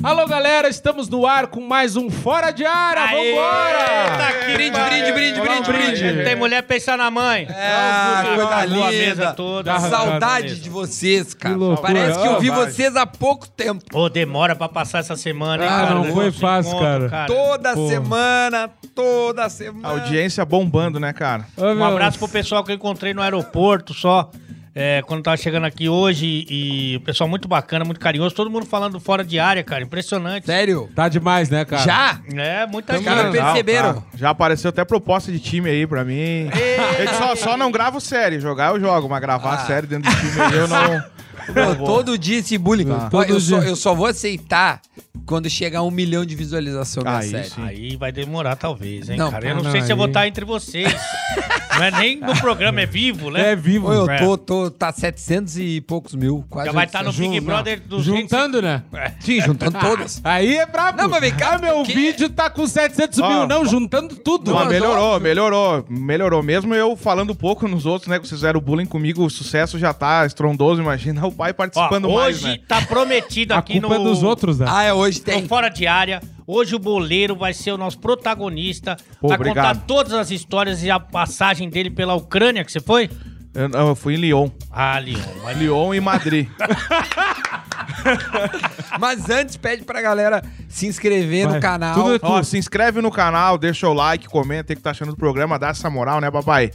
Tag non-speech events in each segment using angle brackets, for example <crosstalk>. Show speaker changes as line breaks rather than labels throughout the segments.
Alô, galera, estamos no ar com mais um Fora de Área.
Aê!
Vambora!
Tá aqui, brinde, brinde, brinde,
Vamos
brinde,
lá,
brinde.
brinde. É,
Tem mulher pensar na mãe. um
Ah,
Arrumou
coisa
a
linda.
mesa toda.
Dá-
Saudade de vocês, cara.
Que loucura.
Parece que eu vi
Ah, vai.
vocês há pouco tempo.
Ô, demora pra passar essa semana, hein,
Ah,
cara?
não
Eu
foi
te
fácil,
encontro,
cara.
Toda
Pô.
semana, toda semana.
Audiência bombando, né, cara?
Ô,
Um
meu,
abraço pro pessoal que eu encontrei no aeroporto só. é, quando tava chegando aqui hoje, e o pessoal muito bacana, muito carinhoso, todo mundo falando fora de área, cara. Impressionante.
Sério?
Tá demais, né, cara?
Já?
É, muita
Os
um
gente.
caras
Tá,
perceberam.
tá. Já apareceu até proposta de time aí pra mim. Eu só, só não gravo série. Jogar eu jogo, mas gravar
Ah.
série dentro do time aí
<laughs>
eu não.
Pô,
não vou.
todo dia esse bullying.
Todo
Ó, eu, só,
dia.
eu só vou aceitar quando chegar a um milhão de visualizações na
Aí
série.
Ah, sim.
Aí vai demorar, talvez, hein,
Não,
cara? Eu não
não,
sei se eu vou
aí-
estar entre vocês. não é nem no programa, é vivo, né?
É vivo.
Ô, eu
É.
tô, tô, tá 700 e poucos mil, quase.
Já vai estar no
800.
Big
Não,
Brother dos É.
Juntando, né? <laughs>
Sim, juntando todas.
Aí é brabo.
Não, mas vem cá,
Ah, meu
que-
vídeo tá com 700 mil,
Ó,
não, juntando tudo.
Não,
Duas
melhorou,
horas.
melhorou, melhorou. Mesmo eu falando pouco nos outros, né? Que vocês fizeram bullying comigo, o sucesso já tá estrondoso, imagina o pai
Ó,
participando mais,
hoje
né?
tá prometido
A
aqui
culpa é
no,
dos outros, né?
Ah, é hoje tem.
no Fora de Área. Hoje o Boleiro vai ser o nosso protagonista.
Pô,
vai
obrigado.
contar todas as histórias e a passagem dele pela Ucrânia, que você foi?
Eu, eu fui em Lyon.
Ah, Leon. Mas...
Lyon
<laughs>
e Madrid.
Mas antes, pede pra galera se inscrever
Vai.
no canal.
Tudo é
Ó, se inscreve no canal, deixa o like, comenta aí o que tá achando do programa, dá essa moral, né, papai?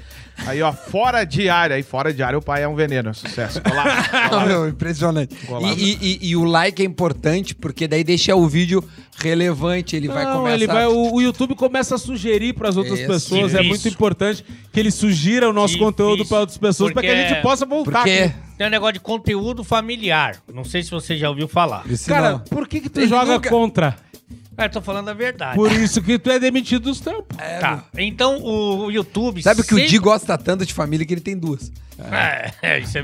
Aí, ó, fora de área. Aí, fora de área, o pai é um veneno, é um sucesso.
<laughs>
Olá,
Ah, meu, impressionante.
Colado.
E, e- e- e o like é importante, porque daí deixa o vídeo relevante. Ele vai
Não,
começar.
ele vai, o, o YouTube começa a sugerir para as outras
Isso.
pessoas. É
Difícil.
muito importante que ele sugira o nosso
Difícil.
conteúdo para outras pessoas para que a
Porque-
gente possa voltar.
Porque.
com-
Tem um negócio de conteúdo familiar. Não sei se você já ouviu falar.
Isso
Cara,
não.
por que, que tu
Ele
joga
nunca-
contra?
Cara, eu tô falando a verdade.
Por isso que tu é demitido dos trampos.
Tá. Então o o YouTube.
Sabe o que o
sempre-
Di gosta tanto de família que ele tem duas.
É, é, isso é
Ah,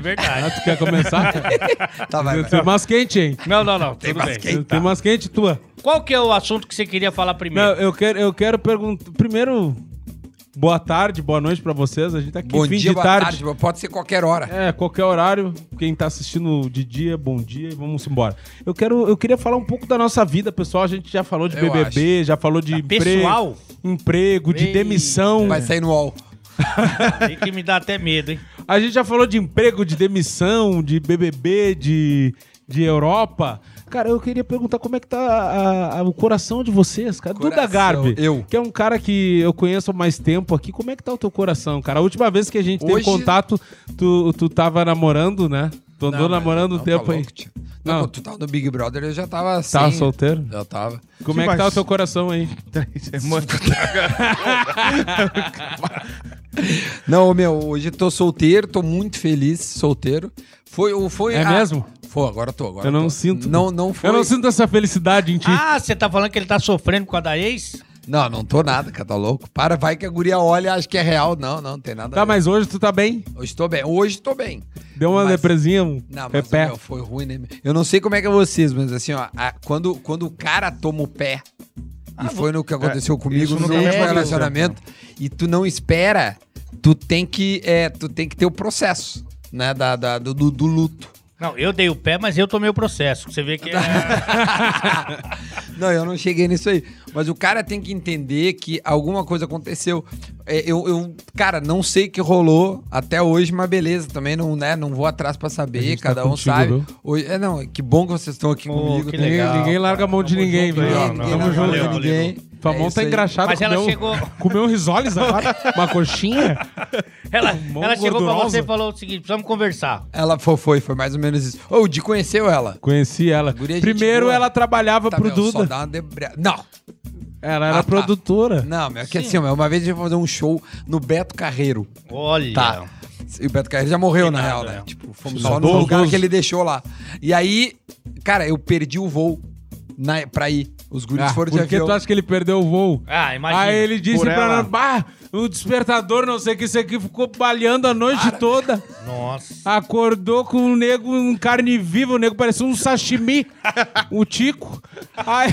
<laughs>
verdade.
tu quer começar?
Tá, <laughs> vai, vai.
Tem umas quente, hein?
Não, não, não. Tudo
mais
bem.
quem-
Tem umas quente tua.
Qual que é o assunto que você queria falar
Não,
primeiro?
eu quero, eu quero perguntar. Primeiro, boa tarde, boa noite para vocês. A gente tá aqui
Bom
fim
dia,
de
boa
tarde.
tarde. Pode ser qualquer hora.
É, qualquer horário, quem tá assistindo de dia, bom dia, e vamos embora. Eu quero, eu queria falar um pouco da nossa vida, pessoal. A gente já falou de
Eu
BBB, já falou de
Tá
emprego,
pessoal?
emprego, de
Ei.
demissão.
Vai sair no UOL.
Tem que me dá até medo, hein?
A gente já falou de emprego, de demissão, de BBB, de, de Europa. Cara, eu queria perguntar como é que tá a- a- o coração de vocês, cara. Duda
Coração,
Garbi,
eu.
que é um cara que eu conheço há mais tempo aqui. Como é que tá o teu coração, cara? A última vez que a gente teve
Hoje-
contato, tu, tu tava namorando, né? Tu andou
mas-
namorando um
não,
tempo
tá
aí.
louco, tio. Não,
Não.
quando tu tava no Big Brother, eu já tava assim.
Tava solteiro?
Já tava.
Como
Que
é que tá
mais?
o teu coração aí?
Três semanas.
Não, meu, hoje eu tô solteiro, tô muito feliz, solteiro. Foi, o- foi
É mesmo?
Foi, agora tô, agora
Eu não
tô.
sinto.
tá. Não, não foi.
Eu não sinto essa felicidade em ti.
Ah, você tá falando que ele tá sofrendo com a da ex?
Não, não tô nada, cara, tá louco? Para, vai que a guria olha e acha que é real. Não, não, não tem nada. a
tá,
ver.
mas hoje tu tá bem?
Hoje tô bem, hoje tô bem.
Deu uma
Mas-
depresinha, um
Não, mas
repé.
meu, foi ruim, né? Eu não sei como é que é vocês, mas assim, ó, a- quando, quando o cara toma o pé, e foi no que aconteceu comigo
Ah, é, isso
no
nunca
último
mais aconteceu,
relacionamento, e tu não espera, tu tem que, é, tu tem que ter o processo, né, da, da- do, do- do luto.
Não, eu dei o pé, mas eu tomei o processo. Você vê que.
<laughs>
é-
Não, eu não cheguei nisso aí. Mas o cara tem que entender que alguma coisa aconteceu. É, eu, eu, cara, não sei o que rolou até hoje, mas beleza, também não, né, não vou atrás pra
A
saber,
gente tá
cada um
contigo,
sabe.
viu?
Hoje, é, não, que bom que vocês estão aqui
Pô,
comigo.
que
tá
Ninguém-
legal,
ninguém larga a mão de
Tamo
ninguém,
junto,
velho.
Não,
Ninguém,
não,
ninguém
tamo
larga a mão
junto.
de ninguém.
O Famão
É isso
tá
aí.
engraxado.
Mas ela
comeu-
chegou-
Comeu um
<laughs>
risoles agora? Uma coxinha?
Ela,
Mão
ela chegou pra
gordurosa.
você e falou o seguinte: precisamos conversar.
Ela foi, foi, foi mais ou menos isso. Ô, o Di conheceu ela.
Conheci ela.
Guria, gente
Primeiro
boa.
ela trabalhava
Tá,
pro
meu, só
Duda.
dá uma debra... Não,
Ela era
Ah, tá.
produtora.
não, meu, é que assim, ó, meu, uma vez a gente foi fazer um show no Beto Carreiro.
Olha.
Tá. E o Beto Carreiro já morreu, na
nada,
real, né?
né?
Tipo, fomos só
Saudoso.
no lugar que ele deixou lá. E aí, cara, eu perdi o voo na, pra ir. Os guris
Ah,
foram de
porque
avião.
tu acha que ele perdeu o voo?
Ah, imagina.
Aí ele disse
Por
pra
ela.
nós, bah, o despertador, não sei o que, isso aqui ficou baleando a noite toda.
Nossa.
Acordou com um nego, um carne viva, o nego parecia um
<laughs>
sashimi, o Tico. Aí,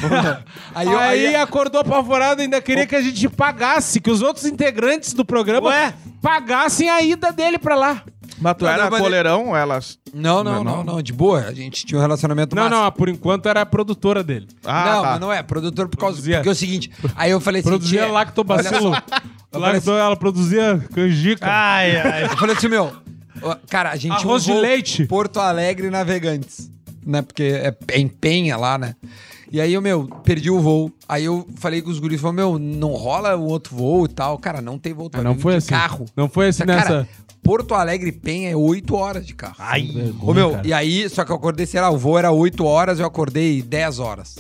aí,
Aí eu- aí-
acordou apavorado, ainda queria que a gente pagasse, que os outros integrantes do programa
Ué?
pagassem a ida dele pra lá.
Mas
Tu era coleirão, elas.
Não, não,
Não,
não, não, de boa. A gente tinha um relacionamento
Não,
massa.
não, por enquanto era a produtora dele.
Ah,
não,
tá.
mas não é. Produtor por causa...
Produzia.
Porque é o seguinte, aí eu falei assim...
Produzia
tia,
lactobacilo.
olha só. Eu falei
<laughs>
assim-
Lacto, ela produzia canjica.
Ai, ai.
Eu falei assim, meu, ó, cara, a gente tinha um
Arroz de
voo
leite.
Porto Alegre Navegantes, né? Porque é é em Penha lá, né? E aí eu, meu, perdi o voo. Aí eu falei com os guris, falei, meu, não rola o outro voo e tal. Cara, não tem voo.
Ah, não foi
de
assim.
carro.
Não foi assim
Cara,
nessa-
Porto Alegre Penha é 8 horas de carro.
Ai.
Ô, meu,
cara.
e aí, só que eu acordei, sei lá, o voo era 8 horas, eu acordei 10 horas.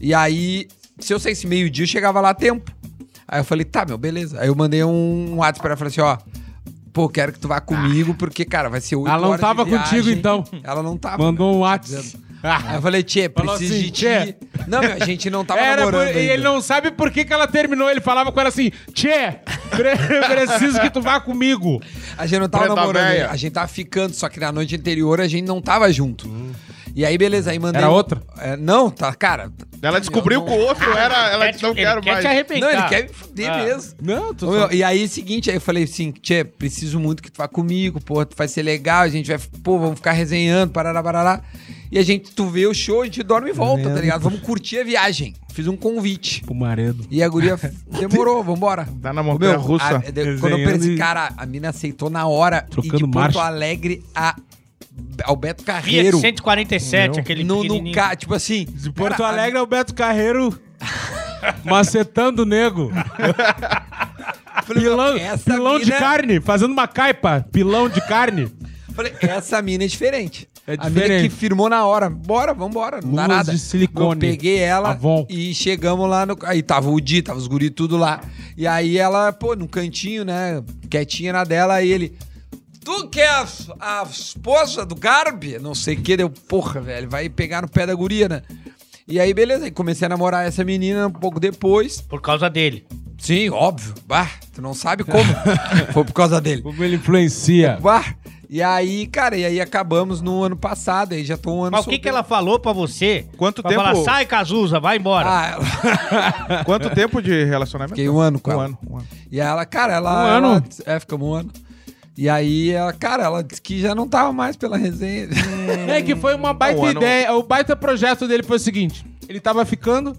E aí, se eu saísse meio-dia, eu chegava lá a tempo. Aí eu falei, tá, meu, beleza. Aí eu mandei um WhatsApp pra ela, falei assim, ó, pô, quero que tu vá comigo, porque, cara, vai ser 8 horas
Ela não
de
tava
viagem.
contigo, então.
Ela não tava.
Mandou um
tá
WhatsApp.
Aí eu falei, tchê,
Falou
preciso
assim,
de ti.
"Tchê."
Não, meu, a gente não tava
<laughs> Era por-
namorando
e
ainda.
ele não sabe por que, que ela terminou. Ele falava com ela assim: Tchê, pre- <laughs> preciso que tu vá comigo.
A gente não tava
Preta
namorando,
véia.
ainda. a gente tava ficando, só que na noite anterior a gente não tava junto. E aí, beleza, aí mandei...
Era
um-
outra?
É, não, tá, cara...
Ela descobriu
eu
que
não-
o outro era. Ela
Quer
disse,
te-
não
ele
quero
quer
mais.
te arrepentar.
Não, ele quer me fuder
Ah.
mesmo.
Não, tu
Ô,
só...
meu, e aí, é seguinte, aí eu falei assim, Tchê, preciso muito que tu vá comigo, porra, tu vai ser legal, a gente vai, pô, vamos ficar resenhando, parará, parará. E a gente, tu vê o show, a gente dorme e volta, tá ligado? Vamos curtir a viagem. Fiz um convite.
Pumaredo.
E
<laughs>
a guria f- demorou, vambora.
Tá na montanha russa.
a- de- quando eu
é Resenhando
pensei,
e-
cara, a mina aceitou na hora.
Trocando
e de Porto
marcha.
Alegre a Alberto
Fiat
Carreiro.
147, aquele
No, no
pequenininho.
ca, tipo assim.
De Porto
cara, a-
Alegre é o Beto Carreiro <laughs> macetando o nego.
falei, meu,
Pilão,
essa
pilão de
mina-
carne, fazendo uma caipa. Pilão de carne.
Falei, <laughs> essa mina é diferente.
É
A mina
diferente.
que firmou na hora. Bora, vambora. Não dá
Luvas
nada.
de silicone.
Eu peguei ela
Avon.
e chegamos lá no. Aí tava o Di, tava os guri tudo lá. E aí ela, pô, no cantinho, né? Quietinha na dela, aí ele. Tu que é a, a esposa do Garbi? Não sei o que, deu. Porra, velho, vai pegar no pé da guria, né? E aí, beleza, aí comecei a namorar essa menina um pouco depois.
Por causa dele.
Sim, óbvio. Bah, tu não
<laughs>
sabe como. Foi por causa dele.
Como ele influencia.
Bah, e aí, cara, e aí acabamos no ano passado, aí já tô um ano
Mas o que, que ela falou pra você?
Quanto
pra
tempo-
Falar, Sai, Cazuza, vai embora.
Ah, ela...
Quanto tempo de relacionamento?
<laughs> Fiquei um ano com
Um
ela.
ano. um ano.
E ela, cara, ela...
Um
ela-
ano?
é, ficamos um ano. E aí, ela, cara, ela disse que já não tava mais pela resenha.
Hum.
É que foi uma baita
Não, eu não-
ideia. O baita projeto dele foi o seguinte: ele tava ficando,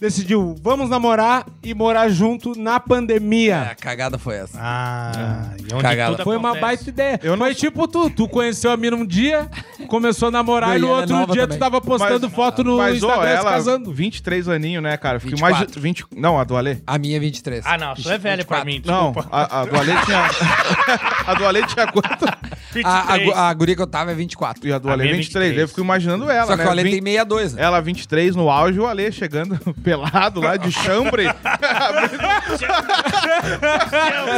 decidiu, vamos namorar e morar junto na
É, <laughs> a
pandemia.
cagada foi essa.
Ah,
É.
e onde
Cagada.
tudo
Foi uma
acontece.
baita ideia.
Eu não-
Foi tipo tu, tu conheceu a mina um dia, começou a namorar
Não,
e no
e ela é
outro
nova
dia
também.
tu tava tá postando foto no
mas, ô,
Instagram se
ela,
casando.
23 aninhos, né, cara? Fiquei mais de 20. Não, a do Alê.
A minha é 23.
Ah, não, isso é velho pra mim.
Não, a, a do Alê tinha. a do Alê tinha quanto?
A, a, gu-
23.
a guria que eu tava é 24.
E a do
A
Alê
minha é
23.
23.
Eu fico imaginando ela,
é
Só que
né?
o Ale
Vin-
tem 62, né?
Ela 23 no auge, o Alê chegando <laughs> pelado lá de chambre.
<laughs>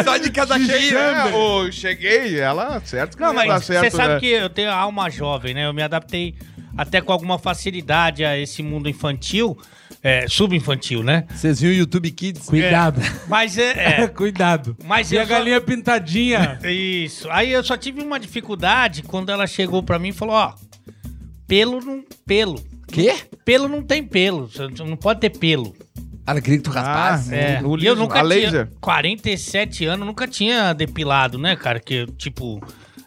Só de casaquinho.
É, o- cheguei, ela, certo? que
Não,
ia dar
mas você
certo,
sabe
né?
que eu tenho a alma jovem, né? Eu me adaptei até com alguma facilidade a esse mundo infantil, é, subinfantil, né?
Vocês viram o YouTube
É.
Kids?
Cuidado.
Mas é, é,
Cuidado.
Mas
e
eu
a
só-
galinha
<laughs>
pintadinha.
<laughs>
Isso. Aí eu só tive uma dificuldade quando ela chegou pra mim e falou, ó, pelo não pelo.
Quê?
Pelo não tem pelo, você não pode ter pelo.
Ela queria que tu raspasse?
É.
O
E eu
liso,
nunca
a
tinha
laser.
47 anos, nunca tinha depilado, né, cara? Que tipo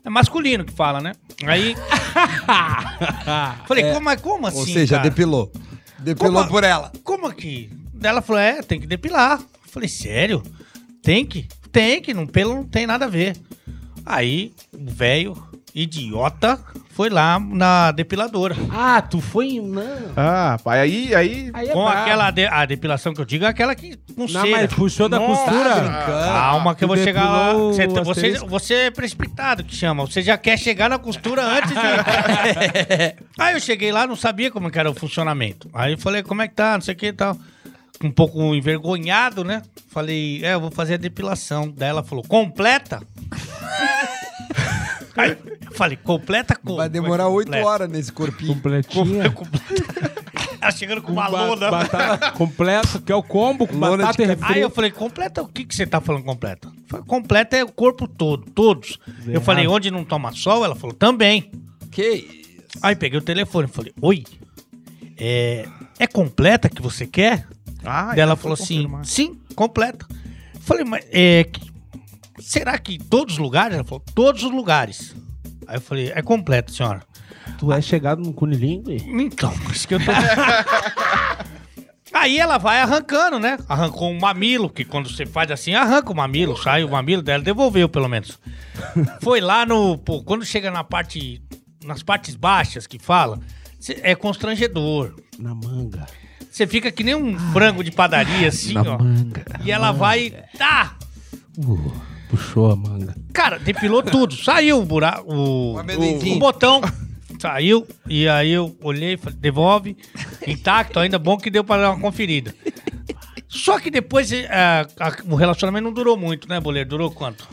é masculino que fala, né?
<laughs>
Aí
É,
falei, como, mas como assim,
Ou seja,
cara?
depilou. Depilou
Como-
por ela.
Como aqui? Ela falou, é, tem que depilar. Eu falei, sério? Tem que? Tem que, não, pelo não tem nada a ver. Aí, o velho, idiota, foi lá na depiladora.
Ah, tu foi. Não.
Ah, pai, aí, aí.
Aí
Com
brabo.
aquela, de- a depilação que eu digo é aquela que com
Não, mas
cera.
puxou da
Nossa,
costura.
cara.
Ah,
Calma que eu
Tu
vou chegar lá.
depilou
Você,
o
você,
asterisco?
você é precipitado que chama. Você já quer chegar na costura antes de. Aí eu cheguei lá, não sabia como que era o funcionamento. Aí eu falei, como é que tá? Não sei o que e tal. Um pouco envergonhado, né? Falei, é, eu vou fazer a depilação. Daí ela falou, completa? Aí eu falei, completa como?
Vai demorar oito
Completa.
horas nesse corpinho.
Completinha.
Ela Tá chegando
Um
com uma
Ba-
lona.
Batata completa, que é o combo com
Lona de
batata e
ca-
refri.
Aí eu falei, completa o que, que você tá falando completa? Falei, completa é o corpo todo, todos. Eu falei, onde não toma sol? Ela falou, também.
Que isso?
Aí peguei o telefone e falei, oi, é, é completa que você quer?
Ah,
Daí
então
ela
foi
falou assim,
confirmar.
sim, completa. Falei, mas é, que- será que em todos os lugares? Ela falou, todos os lugares. Aí eu falei, é completo, senhora.
Tu é chegado no cunilingue?
Então, por isso que eu tô. <laughs> Aí ela vai arrancando, né? Arrancou um mamilo, que quando você faz assim, arranca o mamilo, sai o mamilo dela, devolveu pelo menos. Foi lá no. pô, quando chega na parte. nas partes baixas que fala, cê- é constrangedor.
Na manga.
Você fica que nem um frango de padaria, assim,
na
ó.
manga.
E ela vai. Tá!
Uh, puxou a manga.
Cara, depilou tudo. Saiu o buraco. O,
amendoinzinho.
o- o botão. Saiu. E aí eu olhei, falei, devolve. Intacto, ainda bom que deu pra dar uma conferida. Só que depois eh, ah, a- o relacionamento não durou muito, né, Boleiro? Durou quanto?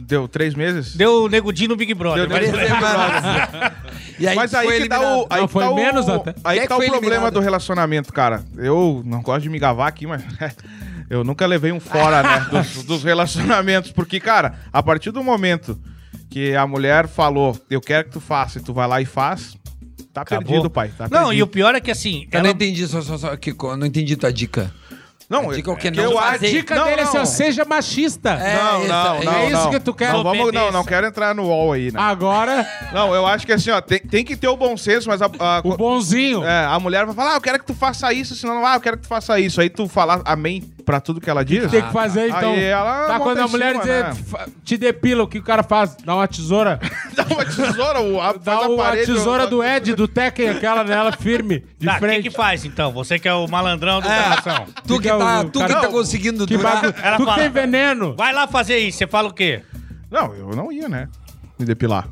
Deu três meses?
Deu o negodinho no Big Brother.
Deu
mas-
três semanas.
E aí,
Mas aí
foi
que dá o.
eliminado.
Aí
Não,
que
foi
tá o-
menos até.
Aí
Quem é
que
que
tá o
foi
problema
eliminado?
do relacionamento, cara. Eu não gosto de me gavar aqui, mas <laughs> eu nunca levei um fora, né?
<laughs>
Dos, dos relacionamentos. Porque, cara, a partir do momento que a mulher falou, eu quero que tu faça, e tu vai lá e faz, tá
Acabou.
perdido, pai. Tá
não, e o
perdido.
pior é que assim.
Eu
ela-
não entendi, só, só, só, que, eu não entendi tua dica.
Não,
a dica é o que
eu-
não
eu-
fazer.
a dica dele é assim, ó, seja-
seja machista.
Não,
essa-
não, não.
é isso
não.
que tu quer?
Não, vamos, não,
Obedeça.
não quero entrar no UOL aí, né?
Agora,
Não, eu acho que assim, ó, tem, tem que ter o bom senso, mas a, a- <laughs>
o bonzinho.
é, a mulher vai falar, ah, eu quero que tu faça isso, senão, ah, eu quero que tu faça isso. Aí tu falar amém pra tudo que ela diz.
Tem que fazer,
tá.
então.
Aí ela
tá
monta
quando
em
a mulher
cima,
dizer,
né?
"Fa- te depila, o que o cara faz? Dá uma tesoura.
<laughs> Dá uma tesoura, o, a,
Dá
faz
o- a
parede,
tesoura
o-
do Ed, do Tekken, aquela nela firme, de
Tá, quem
frente.
que faz então? Você que é o malandrão do coração.
Tu
Diga
que tá,
Então, o-
tu
cara,
que tá
não,
conseguindo
Que
durar.
bagulho.
Ela
Tu que
fala-
tem veneno.
Vai lá fazer isso, você fala o quê?
Não, eu não ia, né? Me depilar.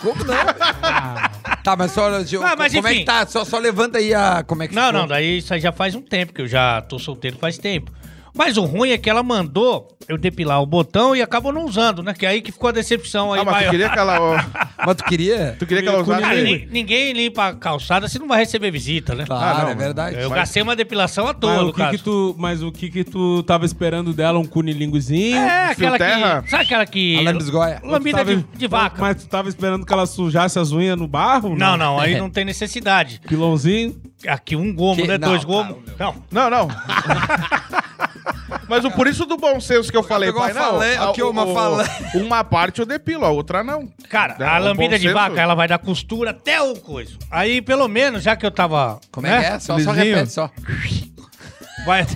Como não? tá, mas só.
Ah, mas
como é
enfim.
que tá? Só, só levanta aí a. Como é que
Não,
ficou?
não, daí isso aí já faz um tempo que eu já tô solteiro faz tempo. Mas o ruim é que ela mandou eu depilar o botão e acabou não usando, né? Que aí que ficou a decepção aí
ah, mas tu
maior.
queria que ela, ó,
Mas tu queria?
tu queria que ela
Comigo,
usasse...
Ah,
comigo.
ni- ninguém limpa a calçada, você não vai receber visita, né?
Claro,
Ah, não,
é verdade.
Eu
mas-
gastei uma depilação à toa,
Mas
no
o, que que
caso.
tu, mas o que que tu tava esperando dela? Um cunilinguzinho?
É, aquela
terra?
que... Sabe aquela que...
A lambisgoia.
Lambida
Tu tava-
de, de vaca.
Mas tu tava esperando que ela sujasse as unhas no barro?
Não, não, aí não tem necessidade.
Pilãozinho?
Aqui um gomo,
Que-
né?
não,
Dois
tá,
gomos. Não.
Não, não. Mas o, por isso do bom senso que eu falei,
pegou
pai,
uma
não.
falan-
a-
aqui, uma
o-
falan-
Uma parte eu depilo, a outra não.
Cara,
Né,
a
o bom
lambida de
senso-
vaca, ela vai dar costura até o coisa. Aí, pelo menos, já que eu tava... né?
Como é que é? Só, só
Lisinho.
repete, só.
Vai,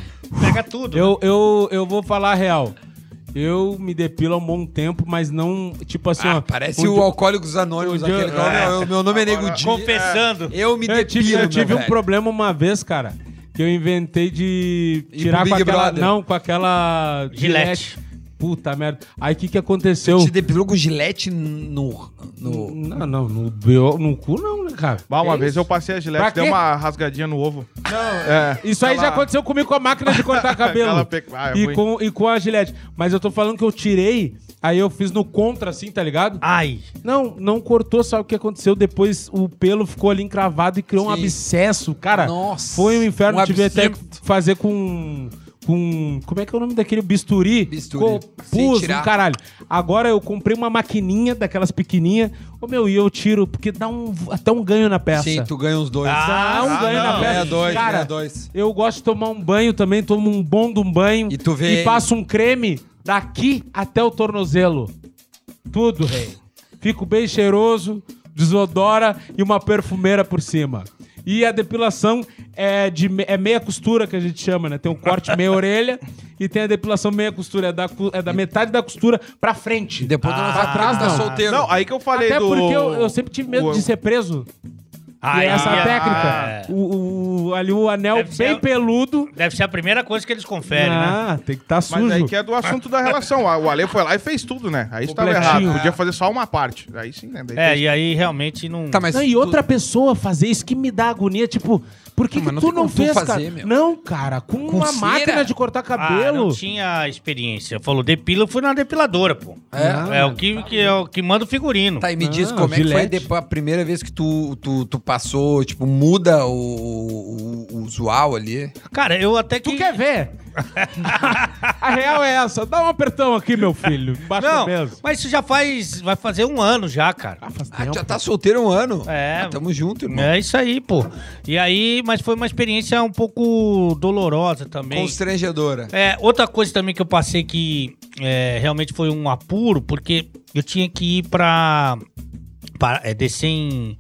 pega tudo.
Eu, eu, eu vou falar a real. Eu me depilo há um bom tempo, mas não, tipo assim, ó.
Ah, Parece
um
o
dia-
Alcoólicos Anônimos
um dia-
aquele nome.
é.
eu- meu nome é Nego
Agora-
Di.
Confessando.
Eu me
Eu tive,
depilo,
eu tive
meu
um
velho.
problema uma vez, cara, que eu inventei de
Ir
tirar
pro
com
Big
aquela.
Brother.
Não, com aquela.
Gillette.
Puta merda. Aí o que, que aconteceu?
Te depilou com gilete no... no...
Não, não, no, BO no cu não, né, cara?
Bah, uma vez eu passei a gilete,
Pra
deu
quê?
uma rasgadinha no ovo. É.
Isso aí já
Aquela-
aconteceu comigo com a máquina de cortar cabelo.
<laughs> Aquela pe- Ah, é
e,
ruim.
com, e com a gilete. Mas eu tô falando que eu tirei, aí eu fiz no contra, assim, tá ligado?
Ai.
Não, não cortou, sabe o que aconteceu? Depois o pelo ficou ali encravado e criou um
Sim.
abscesso. Cara,
Nossa,
foi um inferno.
um
Tive até que
absinto.
fazer com. Com. Como é que é o nome daquele? Bisturi.
Bisturi.
Com
Sem
pus,
tirar.
um caralho. Agora eu comprei uma maquininha daquelas pequenininha. Ô meu, e eu tiro, porque dá um, até um ganho na peça.
Sim, tu ganha uns dois.
Dá um
Ah,
ganho
não.
na peça.
Ganha É dois,
Cara,
é
ganha dois.
eu gosto de tomar um banho também, tomo um bom de um banho.
E tu vê-
E passo um creme daqui até o tornozelo. Tudo, rei. Fico bem cheiroso, desodora e uma perfumeira por cima. E a depilação é, de, me- é meia costura que a gente chama, né? Tem um corte meia orelha e tem a depilação meia costura. É da, cu- é da metade da costura pra frente.
E depois tu não
Ah,
sabe porque tu tá
não.
solteiro.
Não, aí que eu falei
Até
do...
porque eu, eu sempre tive medo
o-
de ser preso.
Ai,
e essa
ai,
É.
técnica.
ai.
O, o- ali o anel
Deve ser-
bem peludo.
Deve ser a primeira coisa que eles conferem, né?
ah, tem que estar tá sujo.
Mas aí que é do assunto da relação. O Ale foi lá e fez tudo, né? Aí estava
Completinho.
errado. Podia fazer só uma parte. Aí sim, né? Daí
É,
fez-
e aí realmente não.
Tá, mas
Não, e
tu-
outra pessoa fazer isso que me dá agonia, tipo, por que, que
Não, mas não
tu
tem
não
como tu
fez,
fazer,
cara?
meu.
Não, cara, com,
Com
uma
cera?
máquina de cortar
Ah, não
cabelo.
tinha experiência. Falou, depila, eu fui na depiladora, pô.
É?
É o que, que, é o que manda o figurino.
Tá, e me
Não,
diz como é que foi
Gillette.
depois, a primeira vez que tu, tu, tu passou, tipo, muda o, o, o usual ali.
Cara, eu até que.
tu quer ver? <laughs> A real é essa. Dá um apertão aqui, meu filho. Baixa
Não,
mesmo.
mas isso já faz. Vai fazer um ano já, cara.
Ah, faz
Ah,
tempo.
já tá solteiro há um ano.
É.
Ah, tamo junto, irmão.
É isso aí, pô. E aí, mas foi uma experiência um pouco dolorosa também.
Constrangedora.
É, outra coisa também que eu passei que é, realmente foi um apuro, porque eu tinha que ir pra para- é, descer em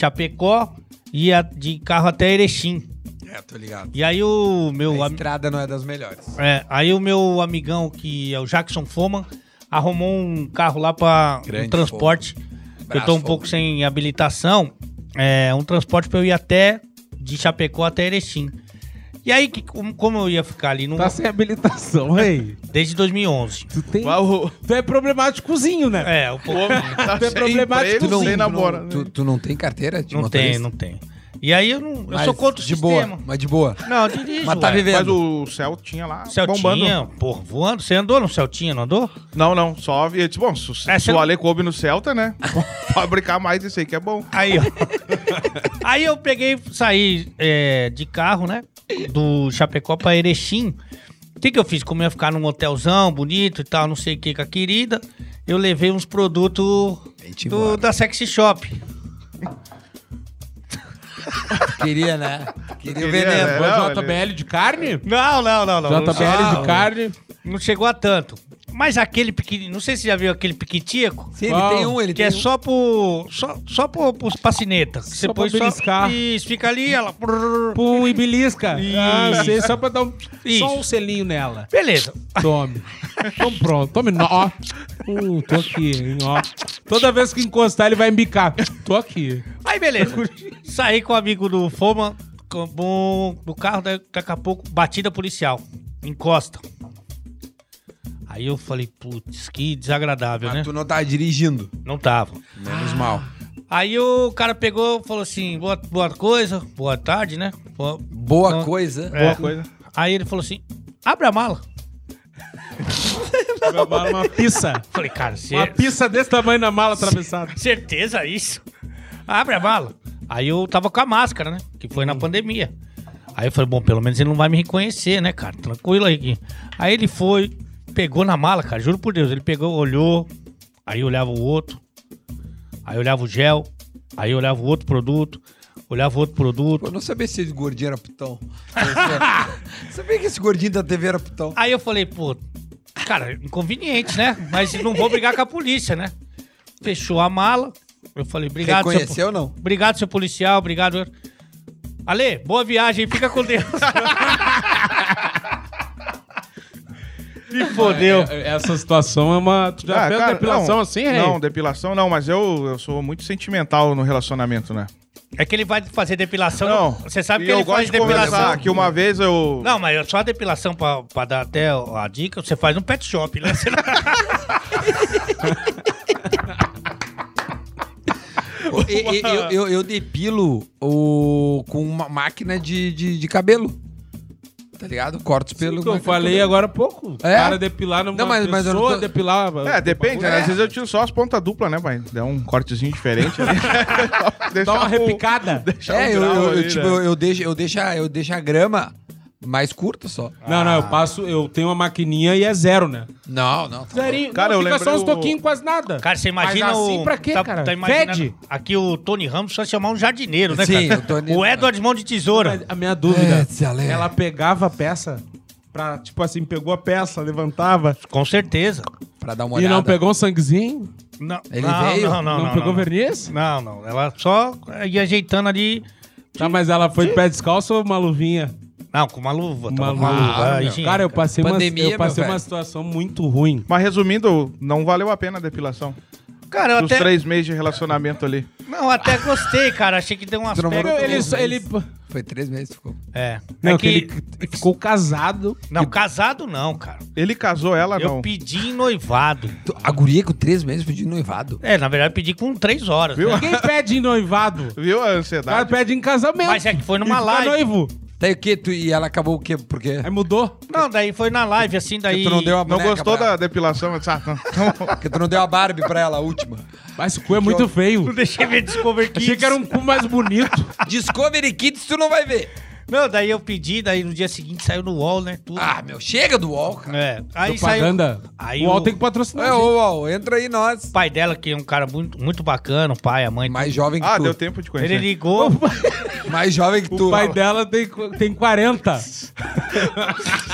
Chapecó e ia de carro até Erechim.
É, tô ligado.
E aí o meu
A
am-
estrada não é das melhores.
é, aí o meu amigão que é o Jackson Foman arrumou um carro lá para um
Grande
transporte. eu tô um
Braço,
pouco
Foman.
sem habilitação, é um transporte para eu ir até de Chapecó até Erechim. E aí que- como como eu ia ficar ali no
Tá sem habilitação, <laughs> rei.
desde 2011.
Tu tem.
Uau,
Tu é problemáticozinho, né?
É, um
o
pouco
homem tá
Tu é
sem
problemático,
emprego,
tu não-
sem né?
tu
namora.
Tu, tu não tem carteira de
não tem,
motorista?
não tem. E aí eu não, eu
Mas
sou contra o
de
sistema.
boa, mas
<laughs>
de boa.
Não, eu dirijo.
Mas tá
ué.
vivendo.
Mas o céu tinha lá bombando.
um Celtinha, porra, voando. Você andou no Celtinha, não andou?
Não, não, só via. tipo, Bom, se
É,
é,
cê-
o Ale coube no Celta,
<laughs>
né? Fabricar mais isso aí que é bom.
Aí, ó. <laughs> aí eu peguei, saí é, de carro, né? Do Chapecó pra Erechim. O que, que eu fiz? Como eu ia ficar num hotelzão bonito e tal, não sei o que com a querida, eu levei uns produtos
Gente,
do-
bora.
da Sexy Shop.
Queria, né? Queria o
Queria,
veneno.
né?
Foi
não,
JBL de carne?
Não, não, não, não.
JBL
Ah,
de carne.
Não chegou a tanto. Mas aquele pequenininho, não sei se você já viu aquele piquitico.
Sim, ele
Qual?
tem um, ele
que
tem
é
um.
só pro. Só, só pro, pros pacinetas. Você
pra
põe só.
beliscar.
Isso, fica ali, ela.
Pum e belisca. <laughs> Ah,
Isso.
sei, só pra dar um, só
Isso.
um selinho nela.
Beleza.
Tome. Então pronto, tome nó. Uh, tô aqui, hein, ó. Toda vez que encostar, ele vai embicar. Tô aqui.
Aí, beleza. Saí com o amigo do Foma, com, bom, do carro, daí, daqui a pouco, batida policial. Encosta. Aí eu falei, putz, que desagradável, né?
Mas tu não tá dirigindo.
Não tava.
Menos mal.
Aí o cara pegou e falou assim: boa, boa coisa, boa tarde, né? Boa,
Boa
Não.
coisa.
É.
Boa coisa.
Aí ele falou assim: abre a mala.
Uma, uma pizza.
Falei, cara, você.
Uma pizza desse tamanho na mala atravessada.
Certeza isso. Abre a mala. Aí eu tava com a máscara, né? Que foi na pandemia. Aí eu falei, bom, pelo menos ele não vai me reconhecer, né, cara? Tranquilo aí. Gui. Aí ele foi, pegou na mala, cara, juro por Deus. Ele pegou, olhou, aí olhava o outro, aí olhava o gel, aí olhava o outro produto, olhava o outro produto.
Pô, Eu não sabia se esse gordinho era putão. <laughs> Eu sabia que esse gordinho da TV era <laughs> putão.
Aí eu falei, pô, cara, inconveniente, né? Mas não vou brigar com a polícia, né? Fechou a mala. Eu falei, obrigado. seu
Reconheceu ou
po-
não?
Obrigado, seu policial, obrigado. Ale, boa viagem, fica com
<laughs>
Deus. Me fodeu.
É, Essa situação é uma. Tu já
Ah,
fez
cara,
depilação
não,
assim, Rei?
Não, depilação não, mas eu, eu sou muito sentimental no relacionamento, né?
É que ele vai fazer depilação.
Não.
Então, Você sabe
e
que
eu
ele
gosto
faz
de conversar,
depilação.
que uma vez eu...
Não, mas é só a depilação, pra, pra dar até a dica, você faz no pet shop,
<laughs>
né? Você não-
E- e- eu, eu- eu depilo o, com uma máquina de, de, de cabelo. Tá ligado? Corto os pelos.
que eu
mas-
falei agora há pouco. O
É?
cara depilar numa
Não, mas- mas eu não
pessoa,
tô-
depilar...
É, depende, né?
É.
Às vezes eu tiro só as pontas duplas, né, pai? Dá um cortezinho diferente né?
<laughs>
ali.
Dá uma
repicada.
repicada.
É,
um
eu,
grau
eu- eu,
ali,
tipo,
né?
eu, eu deixo, eu, deixo a, eu deixo a grama mais curta só.
Não, não, eu passo... Eu tenho uma maquininha e é zero, né?
Não, não. tá
Zerinho.
Cara,
não,
eu
fica só uns
lembrei o-
toquinhos quase nada.
Cara, você imagina
Mas assim
o...
pra quê,
tá,
cara?
Tá imaginando-
Fede.
Aqui o Tony Ramos só chamar um jardineiro, né,
Sim,
cara?
o Tony-
O Edward Mão de Tesoura.
A minha dúvida,
É, Zalé.
ela pegava a peça pra, tipo assim, pegou a peça, levantava
Com certeza.
louco, Pra dar uma
e
olhada.
não pegou um sanguezinho?
Não,
Ele
não,
veio?
Não, não,
Não
não,
pegou
não.
verniz?
Não, não. Ela só ia ajeitando ali...
Tá, mas ela foi de pé descalço ou uma luvinha?
Não, com uma luva.
Uma
tava com uma
luva.
luva.
Ah, meu.
higiênica.
Cara, eu passei, uma,
Pandemia,
eu passei
meu
uma
velho.
situação muito ruim.
Mas resumindo, não valeu a pena a depilação.
Cara, eu
Os
até...
três meses de relacionamento ali.
Não, eu até gostei, cara. Achei que deu um aspecto...
Demorou
Ele,
três
ele,
meses. Foi três meses, ficou.
É.
não,
é
que
que...
ele ficou casado.
Não, casado não, cara.
Ele casou ela,
Eu
Ah, não.
pedi em noivado.
Tu- A guria com três meses pediu noivado.
É, na verdade, eu pedi com três horas.
Viu?
né?
Ninguém pede em noivado.
Viu a
O cara
ansiedade?
pede em casamento.
Mas é que foi numa
E fica
live.
noivo.
Daí o quê? Tu, Tá, e ela acabou o quê? Porque
Aí mudou.
Não, daí foi na live, assim, daí...
tu não
<laughs>
deu a
Não
boneca
gostou
pra ela.
da depilação? Eu disse, ah, não.
Porque tu não deu a Barbie pra ela, a última.
Mas o cu é muito feio.
Não deixei ver Discover Kids. <laughs>
Achei que era um cu mais bonito.
Discovery Kids tu não vai ver.
Meu, daí eu pedi, daí no dia seguinte saiu no UOL, né? Tudo.
Ah, meu, chega do UOL, cara.
é. Aí saiu.
Propaganda.
Aí
o UOL
o-
tem que patrocinar.
É,
gente.
ô, UOL, entra aí nós.
O pai dela, que é um cara muito, muito bacana, o pai, a mãe.
<laughs>
Mais jovem que
Ah,
tu.
deu tempo de
é.
conhecer.
Ele ligou.
Mais jovem que tu.
O pai dela tem, tem 40.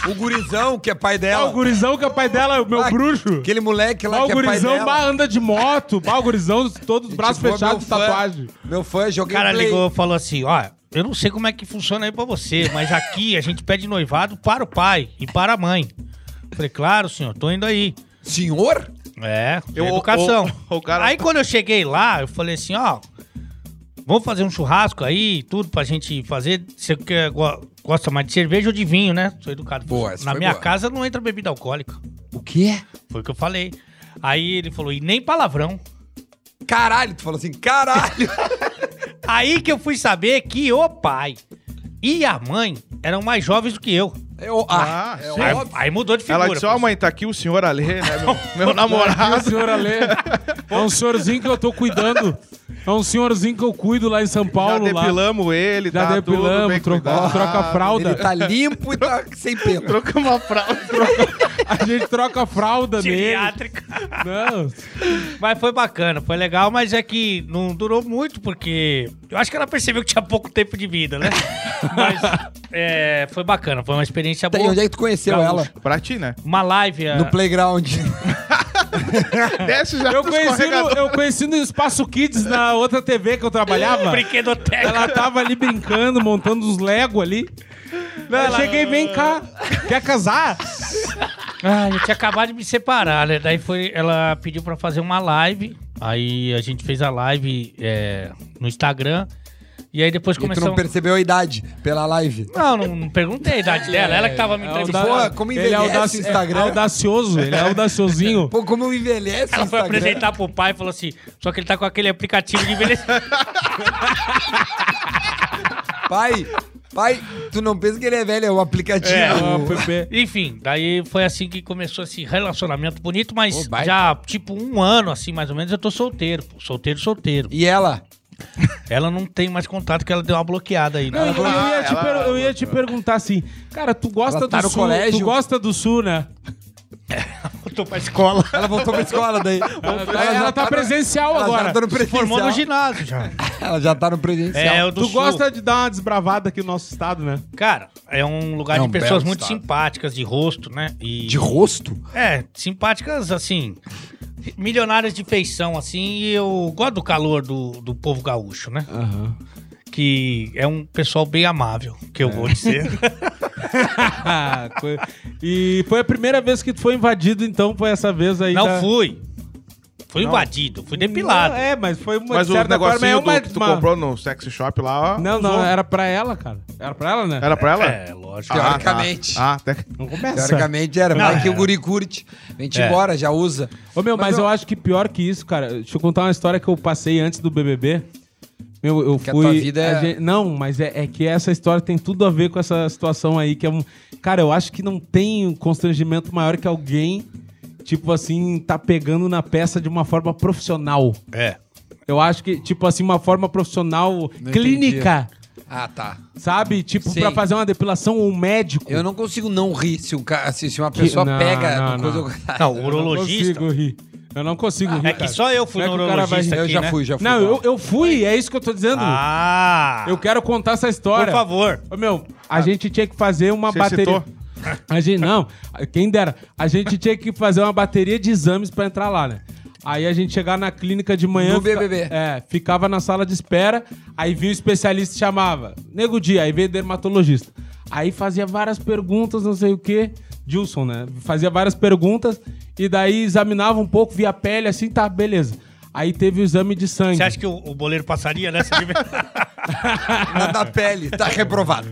O gurizão, que é pai
Ah,
dela.
o gurizão que é pai dela, o meu
Ah,
bruxo.
Aquele moleque lá
Ah, o
que é pai
gurizão um
dela.
bah, anda de moto. Bah, o gurizão, todos os
Gente
braços
boa, meu
fechados,
fã.
tatuagem.
Meu fã,
O
joguei
cara
play.
ligou e falou assim: ó, eu não sei como é que funciona aí pra você, mas aqui a gente pede noivado para o pai e para a mãe. Falei, claro, senhor, tô indo aí.
Senhor?
É,
Eu-
é educação.
o- o cara-
Aí quando eu cheguei lá, eu falei assim, ó, vamos fazer um churrasco aí, tudo pra gente fazer. Você quer- go- gosta mais de cerveja ou de vinho, né? Sou educado.
Boa, essa
Na
foi
minha
boa.
casa não entra bebida alcoólica.
O quê?
Foi o que eu falei. Aí ele falou, e nem palavrão.
Caralho, tu falou assim, caralho.
Aí que eu fui saber que o pai e a mãe eram mais jovens do que eu.
Eu, ah,
Ah,
é
sim.
Aí,
óbvio.
aí mudou de figura.
Ela disse, ó, mãe, tá aqui o senhor Alê, né,
Aqui o
<laughs> tá
meu, meu namorado.
um senhor
<laughs>
Alê. É um senhorzinho que eu tô cuidando. É um senhorzinho que eu cuido lá em São
Já
Paulo. lá.
depilamos ele,
Já
tá tudo
depilamos,
bem
troca,
cuidado.
troca a fralda.
Ele tá limpo e tá sem pelo.
Troca uma fralda.
A gente troca a fralda nele.
Geriátrica.
Não.
Mas foi bacana, foi legal, mas é que não durou muito, porque eu acho que ela percebeu que tinha pouco tempo de vida, <laughs> né? mas é, foi bacana, foi uma experiência
Tá, e
boa.
onde é que tu conheceu
Gaúcho.
ela?
pra ti, né?
Uma live. a-
No Ah.
<laughs>
playground.
Desce
<laughs>
já
Eu
pro
conheci, no,
escorregador.
eu conheci no Espaço Kids na outra TV que eu trabalhava.
Brinquedoteca.
Ela tava ali brincando, montando uns Lego ali. Eu cheguei, vem cá. Quer casar?
Ah, eu tinha acabado de me separar, né? Daí foi, ela pediu pra fazer uma live. Aí a gente fez a live é, no Instagram. E aí depois
E tu não
começamos.
percebeu a idade pela live.
Não, não, não perguntei a idade dela. Ela que tava me
É
entrevistando.
auda-
Pô, como
ele é
envelhece
audaci-
o Instagram.
É audacioso, ele é
<laughs>
audaciosinho.
Pô, como envelhece
Ela
o
foi
Instagram.
apresentar pro pai e falou assim: só que ele tá com aquele aplicativo de envelhecimento.
Pai, pai, tu não pensa que ele é velho, é o aplicativo.
É,
Ah, Pepe.
Enfim, daí foi assim que começou esse relacionamento bonito, mas
Ô, baita.
já, tipo, um ano, assim, mais ou menos, eu tô solteiro, pô. Solteiro, solteiro.
E ela?
Ela não tem mais contato, que ela deu uma bloqueada aí, né?
Não, eu, eu ia te
ela-
per- eu ia te perguntar assim, cara, tu gosta
"Ah, Ela tá
do
no
sul,
colégio?
tu gosta do sul, né?
voltou pra escola.
Ela voltou pra escola daí.
Ela, tá- ela tá presencial
ela
agora.
Já tá no
Formou no
presencial.
ginásio
<laughs>
já.
Ela já tá no presencial.
É, eu do
tu
sul.
gosta de dar uma desbravada aqui no nosso estado, né? <laughs>
Cara, é um lugar
É um
de pessoas
belo
muito
estado.
simpáticas, de rosto, né? E...
De rosto?
É, simpáticas, assim, milionárias de feição, assim, e eu gosto do calor do, do povo gaúcho, né? Que é um pessoal bem amável, que
É.
eu vou
<laughs>
dizer.
Ah, coi- e foi a primeira vez que tu foi invadido, então foi essa vez aí.
Não
da-
fui. Fui invadido, fui depilado.
Não, é, mas foi uma
Mas
de
o
certa forma, é
negocinho
uma-
do, que tu
uma-
comprou no sexy shop lá... ó,
Não, não,
usou.
era pra ela, cara. Era pra ela, né?
Era pra ela?
É, lógico.
Ah, tá.
Teoricamente.
Ah, até...
Não começa.
Teoricamente era,
Não,
vai que
era.
o guri curte. Vem te
É.
embora, já usa.
Ô, meu, mas,
Mas,
eu...
meu-
acho que pior que isso, cara. Deixa eu contar uma história que eu passei antes do BBB. Meu, eu
Que a
fui.
tua vida é-
a gente- Não, mas é, é que essa história tem tudo a ver com essa situação aí, que é um. Cara, eu acho que não tem um constrangimento maior que alguém, tipo assim, tá pegando na peça de uma forma profissional. <laughs>
É.
Eu acho que, tipo assim, uma forma profissional clínica,
Ah, tá.
sabe? Tipo,
Sim.
pra fazer uma depilação, um médico.
Eu não consigo não rir se, um ca- se, se uma pessoa
não,
pega
não,
uma
não.
coisa.
Não, o
Eu não
urologista.
consigo rir. Eu não consigo rir.
É que
cara.
só eu fui
Como é
no
que o cara vai-
urologista
<laughs> Eu
aqui,
já
né?
fui, já fui.
Não, eu, eu fui, é isso que eu tô dizendo.
Ah!
Eu quero contar essa história.
Por favor. Ah.
Ô, meu, a gente tinha que fazer uma
Você
bateria.
citou?
A gente, não, quem dera. A gente tinha que fazer uma bateria de exames pra entrar lá, né? Aí a gente chegar na clínica de manhã.
No
fica-
BBB.
é, ficava na sala de espera. Aí vinha o especialista e chamava. Nego dia, aí veio o dermatologista. Aí fazia várias perguntas, não sei o quê. Gilson, né? Fazia várias perguntas e daí examinava um pouco, via a pele, assim, tá, beleza. Aí teve o exame de sangue.
Você acha que o, o boleiro passaria nessa
<laughs>
de-
Na, na pele, tá
<laughs>
reprovado.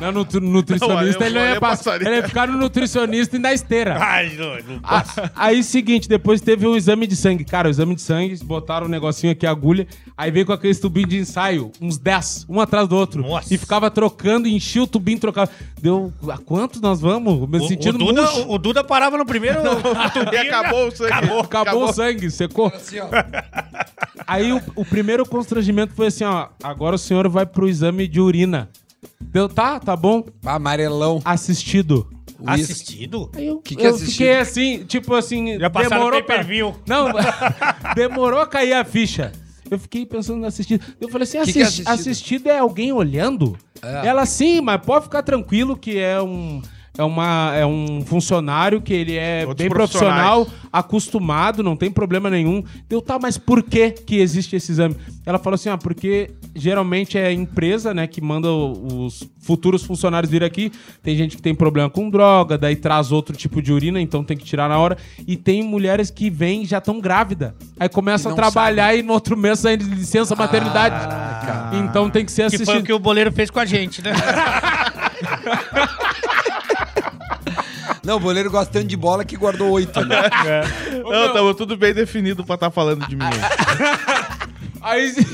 Não, no, no nutricionista
Não, eu
ele não
vou
ia
ler
passar.
passarinho.
Ele ia ficar no nutricionista e na
<laughs>
esteira.
Ai, não, não
A-
passa.
Aí, seguinte, depois teve um exame de sangue. Cara, o exame de sangue, botaram um negocinho aqui, agulha. Aí veio com aquele tubinho de ensaio, uns 10, um atrás do outro.
Nossa.
E ficava trocando, enchia o tubinho, trocava. Deu. A quanto nós vamos? Me
O, um. o,
sentindo
Duda,
murcho.
o Duda parava no primeiro.
<laughs>
E <laughs> acabou o sangue.
Acabou, o sangue, secou.
Assim, ó.
Aí o, o primeiro constrangimento foi assim: ó, agora o senhor vai pro exame de urina. Deu, tá, tá bom.
Amarelão.
Assistido.
Ah, né?
Uísque.
Assistido?
Eu,
Que que
eu
assistido?
fiquei assim, tipo assim.
Já passaram
demorou
pay-per-view.
pra- Não, <laughs> demorou a cair a ficha. Eu fiquei pensando no assistido. Eu falei assim:
Que que é
"Assis-
assistido?"
assistido é alguém olhando?
É.
Ela sim, mas pode ficar tranquilo que é um. É, uma, é um funcionário que ele é
Outros
bem profissional, acostumado, não tem problema nenhum. Deu, tá, mas por que que existe esse exame? Ela falou assim, ah, porque geralmente é a empresa, né, que manda o- os futuros funcionários vir aqui. Tem gente que tem problema com droga, daí traz outro tipo de urina, então tem que tirar na hora. E tem mulheres que vêm e já estão grávida. Aí começa
E
a
não
trabalhar e no outro mês sai de licença maternidade.
Ah,
então tem que ser
Que foi o
assistido.
que o boleiro fez com a
<laughs>
gente, né?
Não, o goleiro gosta tanto de bola que guardou oito. né?
Não, tava tudo bem definido pra estar falando de mim.
Ah,
hoje.
Aí,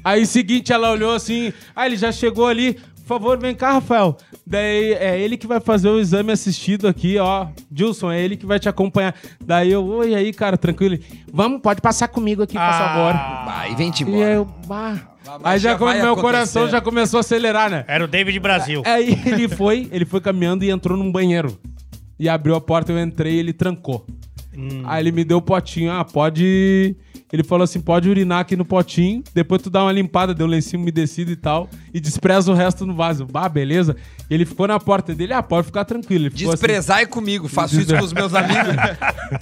<laughs> aí seguinte, ela olhou assim, ah, ele já chegou ali, por favor, vem cá, Rafael. Daí é ele que vai fazer o exame assistido aqui, ó. Gilson, é ele que vai te acompanhar. Daí eu, oi aí, cara, tranquilo. Ele, Vamos, pode passar comigo aqui, por
Ah,
favor.
Vai, vem te
E aí
embora.
eu, bah.
Mas
Aí já
já
come,
Ah. vai
meu
acontecer.
coração já começou a acelerar, né?
Era o David Brasil.
Aí ele foi, ele foi caminhando e entrou num banheiro. E abriu a porta, eu entrei e ele trancou. Aí ele me deu o potinho, ah, pode. Ele falou assim: pode urinar aqui no potinho, depois tu dá uma limpada, deu um lencinho umedecido e tal, e despreza o resto no vaso. Ah, beleza. E ele ficou na porta dele, ah, pode ficar tranquilo. Ele ficou assim-
Desprezai comigo, faço isso com os meus amigos.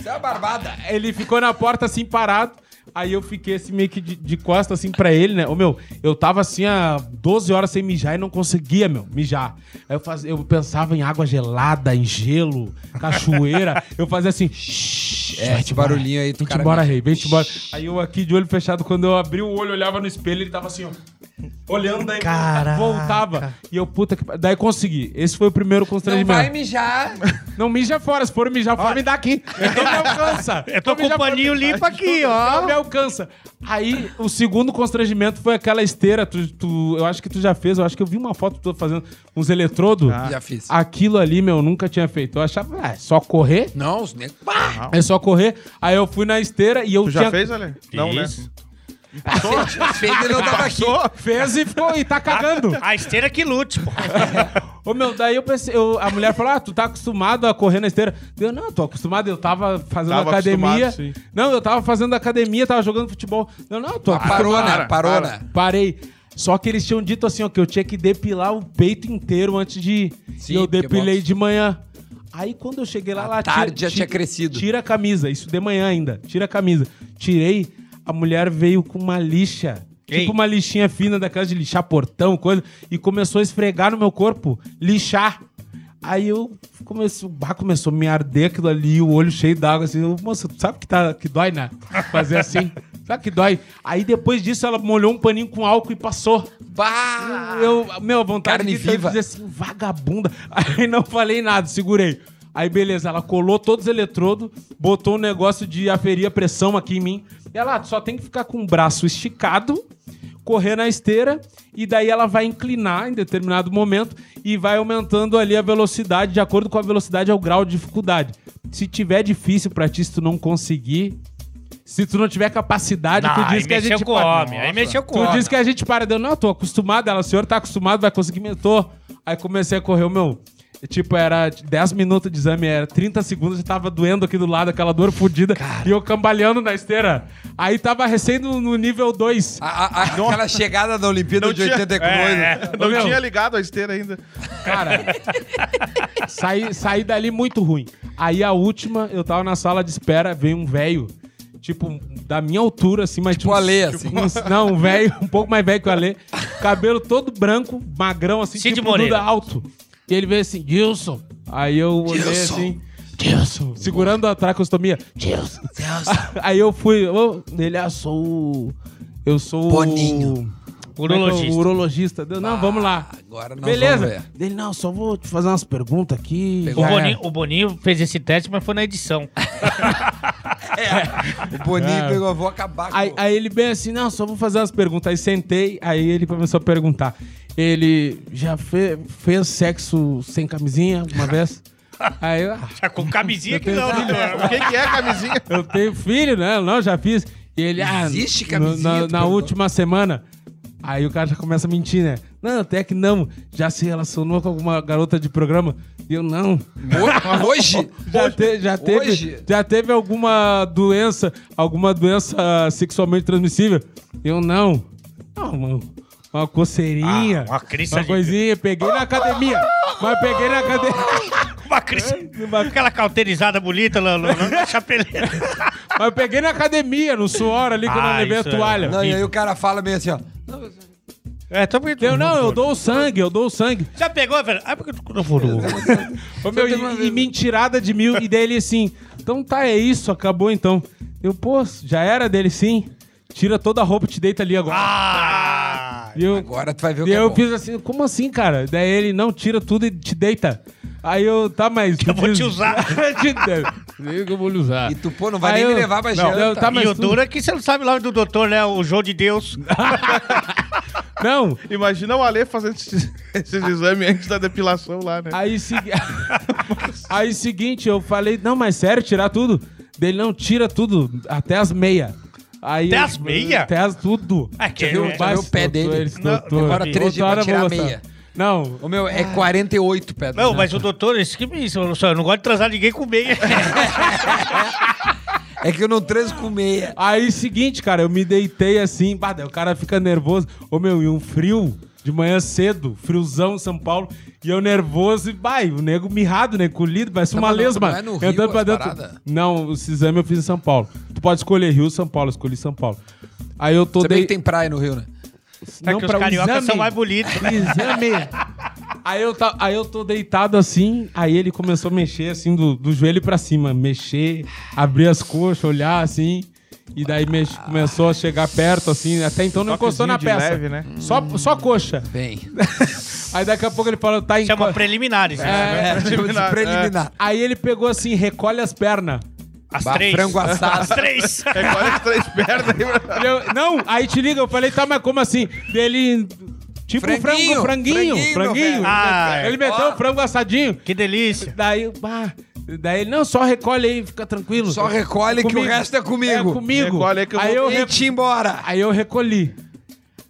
Isso é uma barbada.
ele ficou na porta assim parado. Aí eu fiquei assim meio que de, de costa assim pra ele, né? Ô meu, eu tava assim há 12 horas sem mijar e não conseguia, meu, mijar. Aí eu, faz, eu pensava em água gelada, em gelo,
<laughs>
cachoeira. eu fazia assim. "Shh,
É,
vai-te
esse
embora.
barulhinho aí, tu
Vem-te
cara.
embora, rei, vem-te embora. Aí eu aqui de olho fechado, quando eu abri o olho, olhava no espelho, ele tava assim, ó. Olhando, daí
Caraca.
voltava. E eu, puta que. pa- Daí consegui. Esse foi o primeiro
Não
constrangimento.
vai mijar.
Não mija fora, se for mijar fora, me dá
<laughs>
aqui. Então me alcança.
Eu tô
Então
com
mija
o paninho
fora.
limpo aqui,
Não
ó.
me alcança. Aí, o segundo constrangimento foi aquela esteira. Tu, tu- eu acho que tu já fez, eu acho que eu vi uma foto tua fazendo uns eletrodos.
Ah,
Já fiz.
Aquilo ali, meu, eu nunca tinha feito. Eu achava, ah, é só correr.
Não, os negros.
É só correr. Aí eu fui na esteira e eu
Tu já
tinha...
fez, Ale? né?
Fiz.
Fez ele não tava aqui.
Passou?
Fez e ficou, e tá cagando.
<laughs>
A esteira que lute, pô.
É, Ô meu, daí eu pensei, eu- a mulher falou: Ah, tu tá acostumado a correr na esteira. Eu, não, tô acostumado, eu tava fazendo
Tava
academia.
acostumado, sim.
Não, eu tava fazendo academia, tava jogando futebol. Eu, não, tô
Ah, Parou,
tá.
acostumado.
né? Parou, né?
Parei. Só que eles tinham dito assim, ó, que eu tinha que depilar o peito inteiro antes de ir.
Sim,
e eu
porque
depilei
bosta.
de manhã. Aí quando eu cheguei lá,
À
lá
tarde já tinha crescido.
Tira a camisa, isso de manhã ainda. Tira a camisa. Tirei, a mulher veio com uma lixa.
Ei.
Tipo uma lixinha fina daquelas de lixar portão, coisa. E começou a esfregar no meu corpo. Lixar. Aí eu comecei, bah, começou a me arder aquilo ali, o olho cheio d'água, assim, eu, moça, tu sabe que, tá, que dói, né? Fazer assim, <laughs> sabe que dói? Aí depois disso ela molhou um paninho com álcool e passou.
Bah!
Eu,
Ah!
meu, a vontade
Carne
de gritar,
viva.
dizer assim, vagabunda. <laughs> Aí não falei nada, segurei. Aí beleza, ela colou todos os eletrodos, botou um negócio de aferir a pressão aqui em mim. E ela, ah, tu só tem que ficar com o braço esticado, correr na esteira, e daí ela vai inclinar em determinado momento e vai aumentando ali a velocidade, de acordo com a velocidade é o grau de dificuldade. Se tiver difícil pra ti, se tu não conseguir, se tu não tiver capacidade,
Não,
tu diz
aí
que a
mexeu
gente
com o
para.
homem. Aí mexeu com
Tu
o homem.
disse que a gente para. Deu, não, tô acostumado. Ela, o senhor tá acostumado, vai conseguir mentor. Aí comecei a correr o meu. Tipo, era 10 minutos de exame, era 30 segundos, eu tava doendo aqui do lado, aquela dor fodida, e eu cambaleando na esteira. Aí tava recém no, no nível 2.
A- a- a- aquela chegada da Olimpíada
Não
de
tinha-
88.
É, não
Tá Ô, meu.
tinha ligado a esteira ainda.
Cara, saí, saí dali muito ruim. Aí a última, eu tava na sala de espera, veio um velho, tipo, da minha altura, assim, mas
Tipo
tinha
o
uns-
Alê,
tipo,
assim.
uns- não, um velho, um pouco mais velho que o Alê. Cabelo todo branco, magrão, assim,
Cid
tipo
Moreira.
Duda alto. E ele veio assim, Gilson. Aí eu olhei assim. Gilson. Segurando a tracostomia. Gilson. <laughs> Aí eu fui. ô, ele, ah, sou o. Eu sou o-
Boninho. Ah,
Como é que é?
Urologista.
O urologista. Deu, Não, vamos lá.
agora nós
Beleza.
vamos ver.
Dele, não, só vou te fazer umas perguntas aqui.
O
Já é.
Boninho, o Boninho fez esse teste, mas foi na edição.
é. O Boninho pegou, vou acabar com
Aí, aí ele bem assim, não, só vou fazer umas perguntas. Aí sentei, aí ele começou a perguntar. Ele já fe- fez sexo sem camisinha alguma
<laughs>
vez? Aí eu, ah,
Tá com camisinha que
Eu
não,
tenho-
<laughs> né?
O que, que é a camisinha?
eu tenho filho, né? Não, já fiz. E ele, ah,
Existe
no-
camisinha,
na-
tu
na
perguntou?
última semana. Aí o cara já começa a mentir, né? Não, até que não. Já se relacionou com alguma garota de programa? E eu, não.
Ho- Hoje?
Já, te- já teve,
hoje?
já teve alguma doença, alguma doença sexualmente transmissível? Eu, não. Não, uma, uma coceirinha.
Ah, uma crise
Uma
de-
coisinha. Peguei na academia. Mas peguei na academia.
Uma Cris. Aquela cauterizada bonita lá no, no, <laughs> na chapeleira.
<laughs> Mas eu peguei na academia, no suor ali, quando eu
Ah,
levei a
isso é-
toalha.
Não, e aí o cara fala meio assim, ó.
É, tô porque
Eu, não, eu dou o sangue, eu dou o sangue.
Já pegou, velho? Ah, porque tu não furou.
Ô, meu,
teve uma
e,
vez-
e mentirada de mil. E daí ele assim, então tá, é isso, acabou então. Eu, pô, já era dele sim. Tira toda a roupa e te deita ali agora.
<laughs> Ah!
e eu,
Agora tu vai ver o
e
que é
eu
bom.
fiz assim, como assim, cara? Daí ele, não, tira tudo e te deita. Aí eu, tá, mas...
Eu vou
diz- <laughs>
te usar.
Te- Diz que eu vou lhe usar.
E tu, pô, não vai nem me levar pra
não,
janta.
eu- tá, mas
e o
tu-
duro é que você não sabe o nome do doutor, né? O João de Deus.
Não,
Imagina o Ale fazendo esses, esses exames antes da depilação lá, né?
Aí, se... <laughs> Aí seguinte, eu falei, não, mas sério, tirar tudo. Dele não tira tudo, até as meia. Aí
Até
eu-
as meia?
Até as tudo.
<laughs> Ah, que
viu?
é-
Já viu o pé dele?
Não, demora
três dias pra tirar a meia.
Não.
Ô, meu, é 48, Pedro.
Não, mas o doutor, isso que me disse, eu não sou- eu não gosto de transar ninguém com <laughs> meia.
É que eu não transo com meia.
Aí seguinte, cara, eu me deitei assim, bah, daí o cara fica nervoso. Ô meu, e um frio de manhã cedo, friozão em São Paulo, e eu nervoso e vai, o nego mirrado, né, colhido, parece
Não,
uma
mas não-
lesma.
não é no Rio
entrando pra
as
dentro.
paradas?
Não, esse exame eu fiz em São Paulo. Tu pode escolher Rio ou São Paulo, eu escolhi São Paulo. Aí eu tô
Você bem
dei-
que tem praia no Rio, né?
É que os
pra um
cariocas
exame.
são mais bonitos.
<laughs> Exame. Aí eu, tá, aí eu tô deitado assim, aí ele começou a mexer assim do, do joelho pra cima, mexer, abrir as coxas, olhar assim, e daí mex- começou a chegar perto assim, até então não encostou na
Toquezinho de
peça.
leve, né?
Só só coxa.
Bem.
Aí daqui a pouco ele falou, tá em
Chama preliminares. né?
é,
Preliminar,
tipo, Preliminar.
Aí ele pegou assim, recolhe as pernas.
As
é.
Bah,
três.
frango
As
assado.
três. <laughs>
É igual as três pernas. aí.
Ele, eu- não, aí te liga, eu falei, tá, mas como assim? Dele. Tipo
Franguinho,
frango, franguinho,
franguinho,
franguinho.
meu velho.
Ah,
ele meteu
ó.
o frango assadinho.
Que delícia.
Daí, eu, bah, daí ele, não, só recolhe aí, fica tranquilo.
Só recolhe que o
Comigo.
resto é comigo.
É comigo.
Recolhe aí que eu
aí, <laughs> eu
vou-
re-
E te embora.
aí eu recolhi.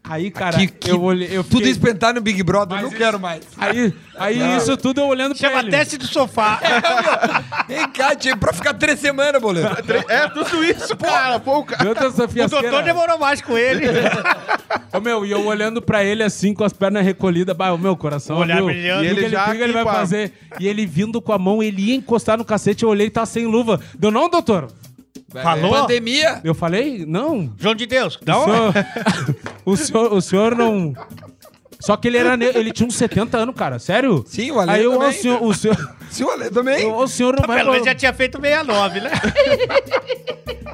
Aí, cara,
Que- que-
eu olhei. Eu
Tudo
fiquei-
isso pra entrar no Big Brother, eu não quero mais.
Aí, aí isso tudo eu olhando pra
Chama
ele.
teste do <laughs> sofá.
Vem cá, tio, pra ficar três
<laughs>
semanas, boleto.
Três- É tudo isso, cara. Pô, o cara.
Meu Deus, essa
O doutor
fiasqueira.
demorou mais com <laughs> ele.
Ô, meu, e eu olhando pra ele assim, com as pernas recolhidas, bah, o meu coração.
O olhar
abriu.
brilhando.
E
E
ele,
ele
que ele,
já
pinga, ele
aqui,
vai
pá.
fazer. E ele vindo com a mão, ele ia encostar no cacete, eu olhei, tá sem luva. Deu não, doutor?
Falou?
Pandemia.
Eu falei, não.
João de Deus, dá um-
O senhor, <laughs> o
uma.
senhor, o senhor não. Só que ele era. ne- Ele tinha uns 70 anos, cara, sério?
Sim, o Ale
Aí eu,
também. né? tá
o senhor, o senhor,
Se olha também.
o senhor não vai.
Pelo menos
bo-
já tinha feito 69,
<laughs>
né?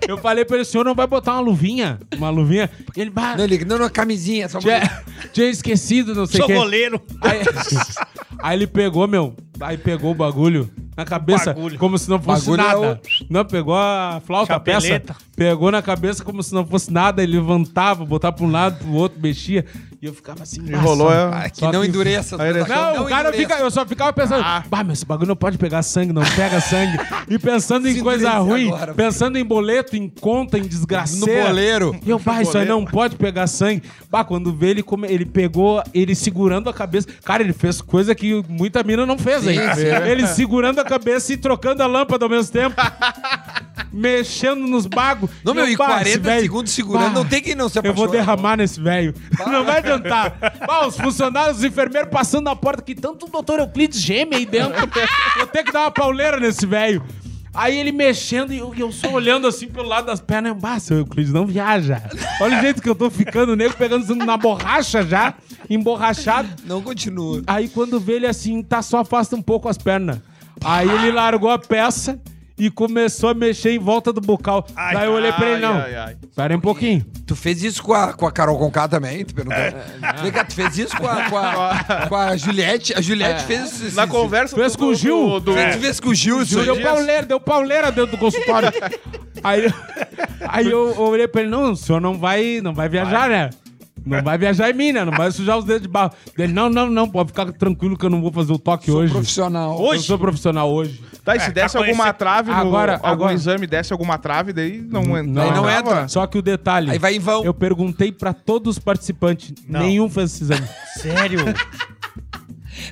Eu falei pra ele, o senhor não vai botar uma luvinha? Uma luvinha? E ele, bah,
Não, ele, não, não, camisinha, só
tinha, tinha esquecido, não sei o
Sou
quê.
goleiro.
Aí, <laughs> aí ele pegou, meu. Aí pegou o bagulho na cabeça,
Bagulho.
como se não fosse
Bagulho é
nada. Não, pegou a flauta, a peça.
Chapeleta.
Pegou na cabeça como se não fosse nada. Ele levantava, botava pra um lado, pro outro, mexia. E eu ficava assim, "Bah,
Enrolou.
só-
é-
Ah, que
Só
não
que-
endureça. tá
Aí ele-
Não, o cara
endureça.
fica, eu só ficava pensando,
Ah.
bah, meu, esse bagulho não pode pegar sangue, não pega sangue. E pensando em
<laughs> Se
coisa
endurece
ruim,
agora,
pensando em boleto, em conta, em desgraça.
No boleiro.
E eu, bah, isso aí
boleiro.
não pode pegar sangue. Bah, quando vê ele, come- ele pegou, ele segurando a cabeça. Cara, ele fez coisa que muita mina não fez aí.
Sim, sim.
Ele segurando a cabeça e trocando a lâmpada ao mesmo tempo. Mexendo nos bagos.
<laughs> Não, meu,
eu,
e
bah,
40
esse velho-
segundos segurando, não tem quem não se
Eu vou
apaixone.
derramar nesse velho. Não vai adiantar. Bah, os funcionários, os enfermeiros passando na porta, que tanto o doutor Euclides geme aí dentro. Vou ter que dar uma pauleira nesse velho. Aí ele mexendo e eu, e eu só olhando assim pelo lado das pernas. eu, Bah, seu Euclides, não viaja. Olha o jeito que eu tô ficando, o nego pegando na borracha já, emborrachado.
Não continua.
Aí quando vê ele assim, tá só afasta um pouco as pernas. Aí ele largou a peça e começou a mexer em volta do bocal.
Ai,
Daí eu olhei pra ele,
ai,
não.
ai, ai.
Pera aí um pouquinho.
Tu fez isso com a, com a Carol Conká também? Tu perguntou. Vem cá, tu fez isso com a, com
<laughs>
a, com a Juliette? A Juliette fez isso.
Na
isso-
conversa
Fez com o Gil.
do- do-
Tu fez com o É. Gil, um isso
deu
aí?
pauleira, deu pauleira dentro do consultório. aí, eu- aí eu olhei pra ele, não, o senhor não vai, não vai viajar, né? Não vai viajar em mim, né? Não vai sujar os dedos de barro. Ele, não, não, não, pode ficar tranquilo que eu não vou fazer o toque hoje.
Profissional.
Eu sou profissional hoje.
Tá, e se desse
pra
alguma
conhecer-
trave, no,
Agora-
algum
agora-
exame desse alguma trave, daí não, en-
Aí não
entrava?
entra.
Só que o detalhe.
Aí vai em vão.
Eu perguntei pra todos os participantes.
Não.
Nenhum fez esse exame.
Sério?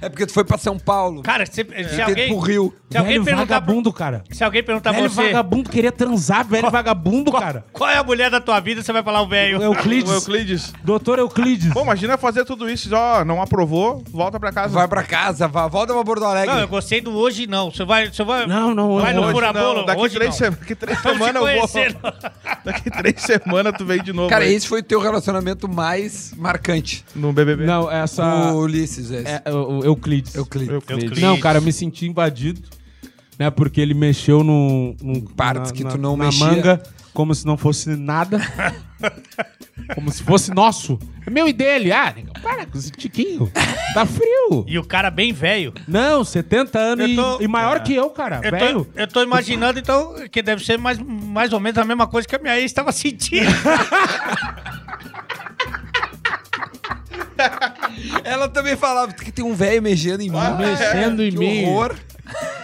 É porque tu foi pra São Paulo.
Cara, se, se
tu teve
alguém.
pro Rio.
Se alguém
velho
perguntar. pra-
vagabundo, cara.
Se alguém perguntar pra
velho
você.
vagabundo, queria transar, velho vagabundo, cara.
Qual é a mulher da tua vida? Você vai falar o velho.
É O Euclides.
O Euclides.
Doutor Euclides.
Bom, imagina fazer tudo isso, ó, não aprovou, volta pra casa.
Vai pra casa, vá, volta pra Porto Alegre.
Não, eu gostei do hoje não. Você vai. Você vai
Não, não, é
Vai
eu
no
vou-
Hoje
furabolo.
não, daqui
hoje
três,
não. Então,
se- daqui três
Vamos
semanas eu vou.
conhecer.
<laughs> Daqui três semanas tu vem de novo
Cara,
aí,
esse foi o teu relacionamento mais marcante.
no BBB.
Não, essa.
O Ulisses, esse.
Tá. É, o o Euclides.
Euclides.
Euclides.
Não, cara, eu me senti invadido, né? Porque ele mexeu num. num
Partes que tu não
na
mexia.
manga, como se não fosse
<laughs>
nada. como se fosse nosso. É meu e dele. Ah, nega, para com esse tiquinho. Tá
<laughs>
frio.
E o cara bem velho.
Não, 70 anos
Eu
e-
tô- É.
e, maior que eu, cara.
Eu
velho.
tô, eu tô imaginando, então, que deve ser mais, mais ou menos a mesma coisa que a minha ex
<laughs>
estava sentindo.
Ela também falava que tem um velho mexendo em mim.
mexendo em
que
mim.
horror.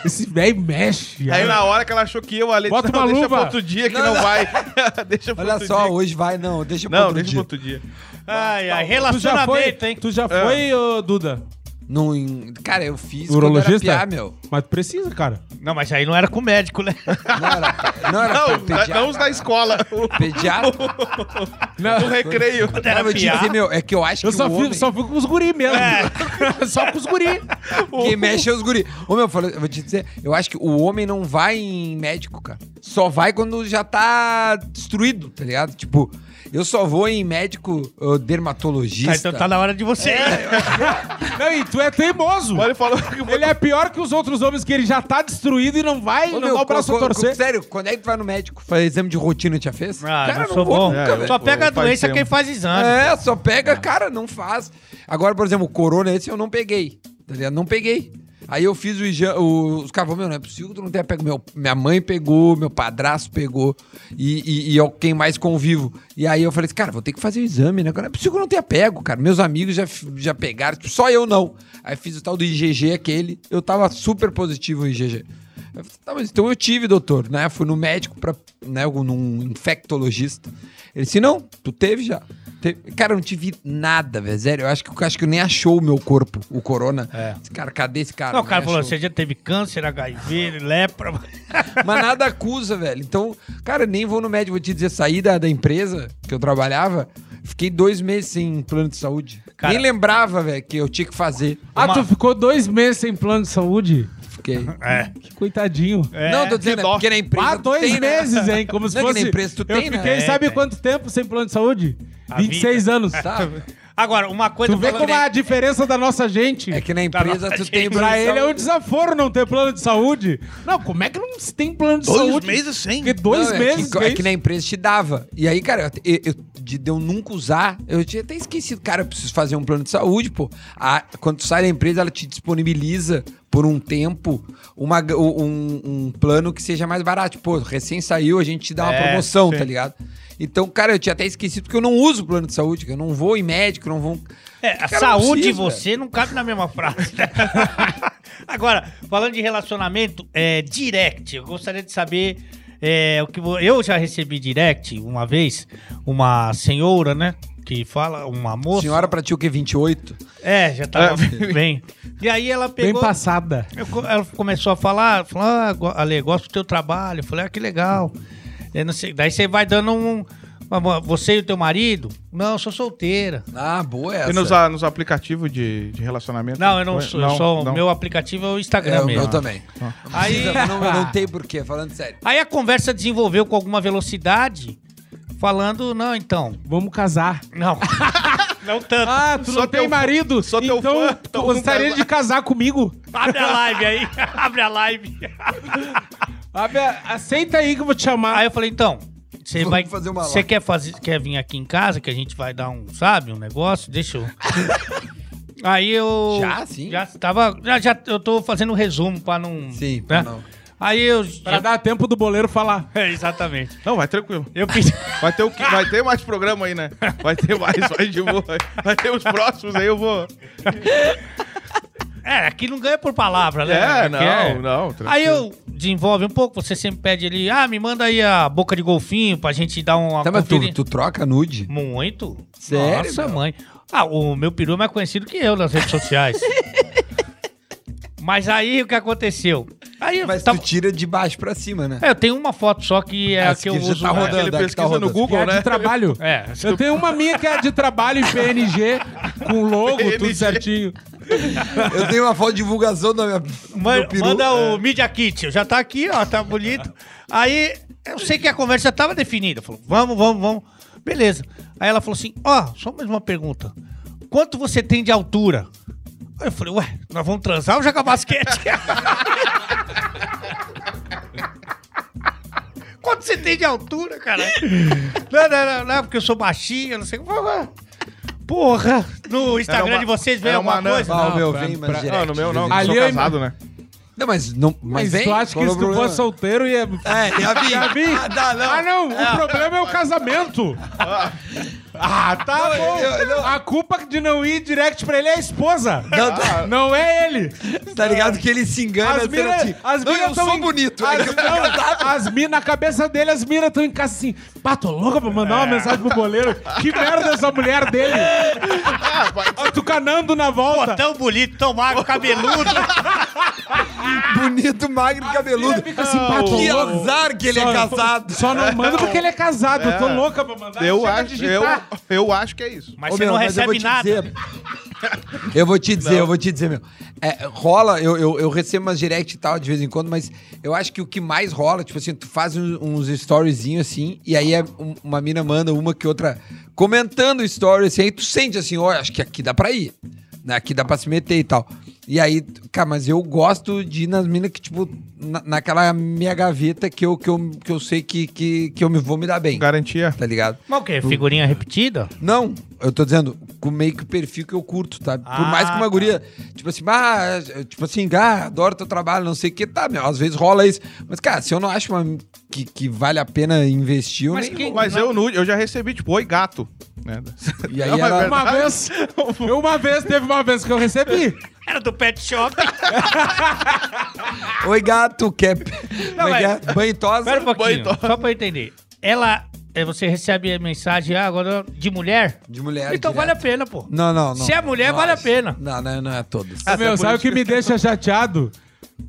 Esse velho mexe.
Aí
ai.
na hora que ela achou que eu, a Letícia,
Bota uma
não, deixa pra
luva.
outro dia que
Não,
não,
não.
vai. <laughs> deixa pra
Olha
outro
só,
dia.
hoje vai não, deixa pra
Não,
outro
deixa pra
dia.
outro dia.
Ai,
Tu já foi,
ai, Tá, relacionamento, hein?
tu já foi ô, Duda?
Não, em- cara, eu fiz quando
Urologista?
era piá, meu.
Mas precisa, cara.
Não, mas aí não era com o médico,
<laughs>
né?
Não era, não era
Não,
pe-
da-
pediatra.
não os da escola.
Pediatra.
Não,
O recreio.
Era
Não, eu tinha
piá.
que dizer, meu, é que eu acho que
eu só
o
fico,
homem É.
só fico com os guri mesmo. <laughs> só com os guri.
que mexe é os guri. Ô, meu, eu falei- eu vou te dizer, eu acho que o homem não vai em médico, cara. Só vai quando já tá destruído, tá ligado? Tipo, eu só vou em médico ô,
Tá,
dermatologista.
então tá na hora de você
É.
ir.
Não, e tu é teimoso.
Olha, ele falou que eu vou-
Ele é pior que os outros homens que ele já tá destruído e não vai,
Ô,
não
um
dá o braço
co-
a
co-
torcer.
sério, quando é que tu vai no médico? Fazer exame de rotina, já fez?
Ah,
cara,
não sou bom.
nunca, velho.
Só pega a
Faz
doença
tempo.
quem faz exame.
É, só pega, cara, não faz. Agora, por exemplo, o corona, esse eu não peguei. Tá ligado? Não peguei. Aí eu fiz o exame, os caras falaram, meu, não é possível que tu não tenha pego. Meu, minha mãe pegou, meu padrasto pegou, e, e, e é o quem mais convivo. E aí eu falei assim, cara, vou ter que fazer o exame, né? Não é possível que eu não tenha pego, cara. Meus amigos já, f- já pegaram, tipo, só eu não. Aí fiz o tal do IgG aquele, eu tava super positivo o IgG. Eu falei, Tá, mas então eu tive, doutor, né? Fui no médico para né, num infectologista. Ele disse: "Não, tu teve já". Teve. Cara, eu não tive nada, velho. Sério, eu acho que eu acho que nem achou o meu corpo, o corona. Esse cara, cadê esse cara?
É. Não, o cara
Nem
falou,
achou.
você já teve câncer, HIV, lepra. <laughs> assim.
Mas nada acusa, velho. Então, cara, nem vou no médico, vou te dizer, saí da, da empresa que eu trabalhava, fiquei dois meses sem plano de saúde.
Cara-
Nem lembrava, velho, que eu tinha que fazer.
Ah,
Uma-
tu ficou dois meses sem plano de saúde?
Fiquei.
É.
Que coitadinho.
É,
não, tô
que
dizendo, é
dó.
porque na empresa.
ah,
tu
dois
tem, né?
meses, hein? Como se
Não é que
fosse.
nem preço tu
eu
tem, né?
fiquei,
É,
sabe
tem.
quanto tempo sem plano de saúde?
A
26 anos.
Sabe?
Agora, uma coisa...
Tu vê
falando-
como é a diferença da nossa gente.
É que na empresa
Tá,
tu
tá,
tem
gente,
Pra
plano de
ele é
saúde.
um desaforo não ter plano de saúde. Não, como é que não se tem plano de saúde?
sem.
Porque dois
Não, é
meses.
que- É que,
fez.
na empresa te dava. E aí, cara, eu, eu- de, de eu nunca usar, eu tinha até esquecido. Cara, eu preciso fazer um plano de saúde, pô. A- quando tu sai da empresa, ela te disponibiliza por um tempo uma ga- um, um plano que seja mais barato. Pô, recém saiu, a gente te dá uma
É,
promoção,
sim.
tá ligado? Então, cara, eu tinha até esquecido porque eu não uso plano de saúde, que eu não vou em médico, não vou.
É, a
Cara, eu não
saúde e
preciso,
você não cabe na mesma frase. né? <laughs> Agora, falando de relacionamento, é, direct. Eu gostaria de saber é, o que vo- eu já recebi direct uma vez, uma senhora, né? Que fala, uma moça.
Senhora pra ti o que? 28?
É, já tava bem. E aí ela
Bem
pegou.
passada.
Eu co- Ela começou a falar, falou, ah, go- Ale, gosto do teu trabalho. Eu falei, ah, que legal. Eu não sei, daí você vai dando um. uma- Você e o teu marido? Não, eu sou solteira.
Ah, boa essa.
E nos, a- nos aplicativos de, de relacionamento?
Não, eu não
Foi-
sou. eu sou
não.
o meu aplicativo é o Instagram
É, o
mesmo.
meu também.
Aí-
Aí... Não, não tem porquê, falando sério.
<laughs> Aí a conversa desenvolveu com alguma velocidade, falando, não, então.
Vamos casar.
Não. <laughs> não tanto.
Ah, tu
Sou
não tem
teu-
marido?
sou teu
então,
fã,
tu
então
gostaria
vamos
de casar comigo?
Abre a live aí. <laughs> Abre a live.
Abre a- aceita aí que eu vou te chamar.
Aí eu falei, então, você
Vamos
vai.
fazer uma
Você
live.
quer, fazer- quer vir aqui em casa que a gente vai dar um, sabe, um negócio? Deixa eu. <laughs> Aí eu.
Já, sim?
Já tava. Já, já- eu tô fazendo um resumo pra não.
Sim,
né?
não.
Aí eu.
pra dar tempo do boleiro falar.
<laughs> É, exatamente.
Não, vai tranquilo.
Eu pedi.
Vai ter, o que- vai ter mais programa aí, né? <laughs> Vai ter mais, vai de boa. Vai ter os próximos aí, eu vou.
<laughs> É, aqui não ganha por palavra, né?
É,
Aqui
não, não, tranquilo.
Aí eu desenvolve um pouco, você sempre pede ali, ah, me manda aí a boca de golfinho pra gente dar uma
Tá, mas tu,
conferi-
tu troca nude?
Muito.
Sério,
Nossa,
meu?
mãe. Ah, o meu peru é mais conhecido que eu nas redes
<laughs>
sociais. mas aí o que aconteceu? Aí eu
<laughs> Mas
tava-
tu tira de baixo pra cima, né?
É, eu tenho uma foto só que é a
Essa
que eu
que já
uso.
tá
né?
rodando.
Ele
Daqui tá
pesquisa no
rodando.
Que
Google,
é
né?
de trabalho.
É,
Eu tenho uma minha que é de trabalho em PNG, com logo, tudo
PNG.
certinho.
Eu tenho uma foto de divulgação da minha. do
Ma-
meu peru.
manda
é.
o Media Kit, já tá aqui, ó, tá bonito. Aí eu sei que a conversa já tava definida. Falou, vamos, vamos, vamos. Beleza. Aí ela falou assim: ó, só mais uma pergunta. Quanto você tem de altura? Aí eu falei, ué, nós vamos transar ou jogar basquete? <laughs> Quanto você tem de altura, cara? não, não, não, não, porque eu sou baixinho, não sei como. Porra, no Instagram
uma-
de vocês vem
era uma
alguma
anã.
coisa?
Ah, o meu
pra-
vem, mas
pra-
direto.
Não, no meu não,
Ali
eu sou
eu-
casado, né?
Não, mas não.
Mas,
Mas,
tu
vem?
acha que
Qual é
se
o
tu
problema?
fosse solteiro ia...
É, ia vir.
Ia vir?
Ah, dá, não.
Ah, não, o problema é o casamento. Ah, tá bom.
eu- eu-
A culpa de não ir direct pra ele é a esposa.
Não, tá.
Não é ele.
Tá ligado que ele se engana.
As
sendo assim,
minas. As
não,
mina
eu
tão
sou
em-
bonito.
As,
é que eu-
não, as minas, na cabeça dele, as minas estão em casa assim. Pá, tô louca pra mandar
É.
uma mensagem pro goleiro. Que merda essa mulher dele.
Ah,
Tucanando na volta.
Tão bonito, tão magro, cabeludo.
bonito, magro, cabeludo.
Fica assim, pá, tô
Que
louca.
azar que ele é casado.
Só não manda porque ele é casado. Eu tô louca pra mandar.
Eu
chega a
acho, eu,
digitar.
eu acho que é isso.
Mas
Ô,
você
meu,
não
mas eu vou
recebe
te
nada. <laughs>
dizer- eu vou te dizer, eu vou te dizer, meu. É, rola, eu, eu, eu recebo umas direct e tal de vez em quando, mas eu acho que o que mais rola, tipo assim, tu faz uns, uns storyzinhos assim, e aí é um- uma mina manda uma que outra comentando o story assim, aí tu sente assim, ó, acho que aqui dá pra ir. né? Aqui dá pra se meter e tal. E aí, cara, mas eu gosto de ir nas minas que, tipo, na- naquela minha gaveta que eu, que eu, que eu sei que, que, que eu me, vou me dar bem.
Garantia.
Tá ligado?
Mas o quê? Figurinha repetida?
Não, eu tô dizendo, com meio que o perfil que eu curto, tá? Por
Ah,
mais que uma
tá.
guria, tipo assim, ah, eu- tipo assim, ah, adoro teu trabalho, não sei o que, tá, meu, às vezes rola isso. Mas, cara, se eu não acho uma que, que vale a pena investir, eu
Mas
nem
quem-
vou.
Mas eu nude, eu já recebi, tipo, oi, gato. né?
E aí
Não, é
ela-
verdade.
Uma vez, eu uma vez, teve uma vez que eu recebi.
Era do pet <laughs> shop.
Oi, gato,
<laughs>
quer... Não,
mas-
é? Banho tosa?
Espera um
então.
pouquinho,
Boito.
só pra eu entender. Ela, é, você recebe a mensagem ah, agora de mulher?
De mulher,
Então
direto.
vale a pena, pô.
Não, não, não.
Se é mulher,
Não
vale a
acho.
pena. Ah,
Não, não, não é todas.
Meu, sabe o que me deixa chateado?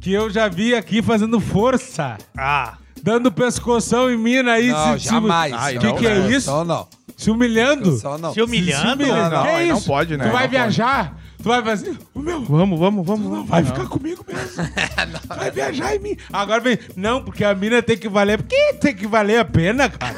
Que eu já vi aqui fazendo força.
Ah,
Dando pescoção em mina
é
aí.
Não,
se- se-
jamais.
Ai,
Que
não,
que é isso?
Só não. É
Se humilhando.
Só não.
então se humilhando?
Se humilhando.
Não, não,
que
aí
isso?
não pode, né?
Tu vai
Não
viajar? Tu vai fazer. O meu.
Vamos, vamos, vamos.
Não
vamos.
vai ficar comigo mesmo. Tu Vai viajar em mim. Agora vem. Não, porque a mina tem que valer. Que tem que valer a pena, cara.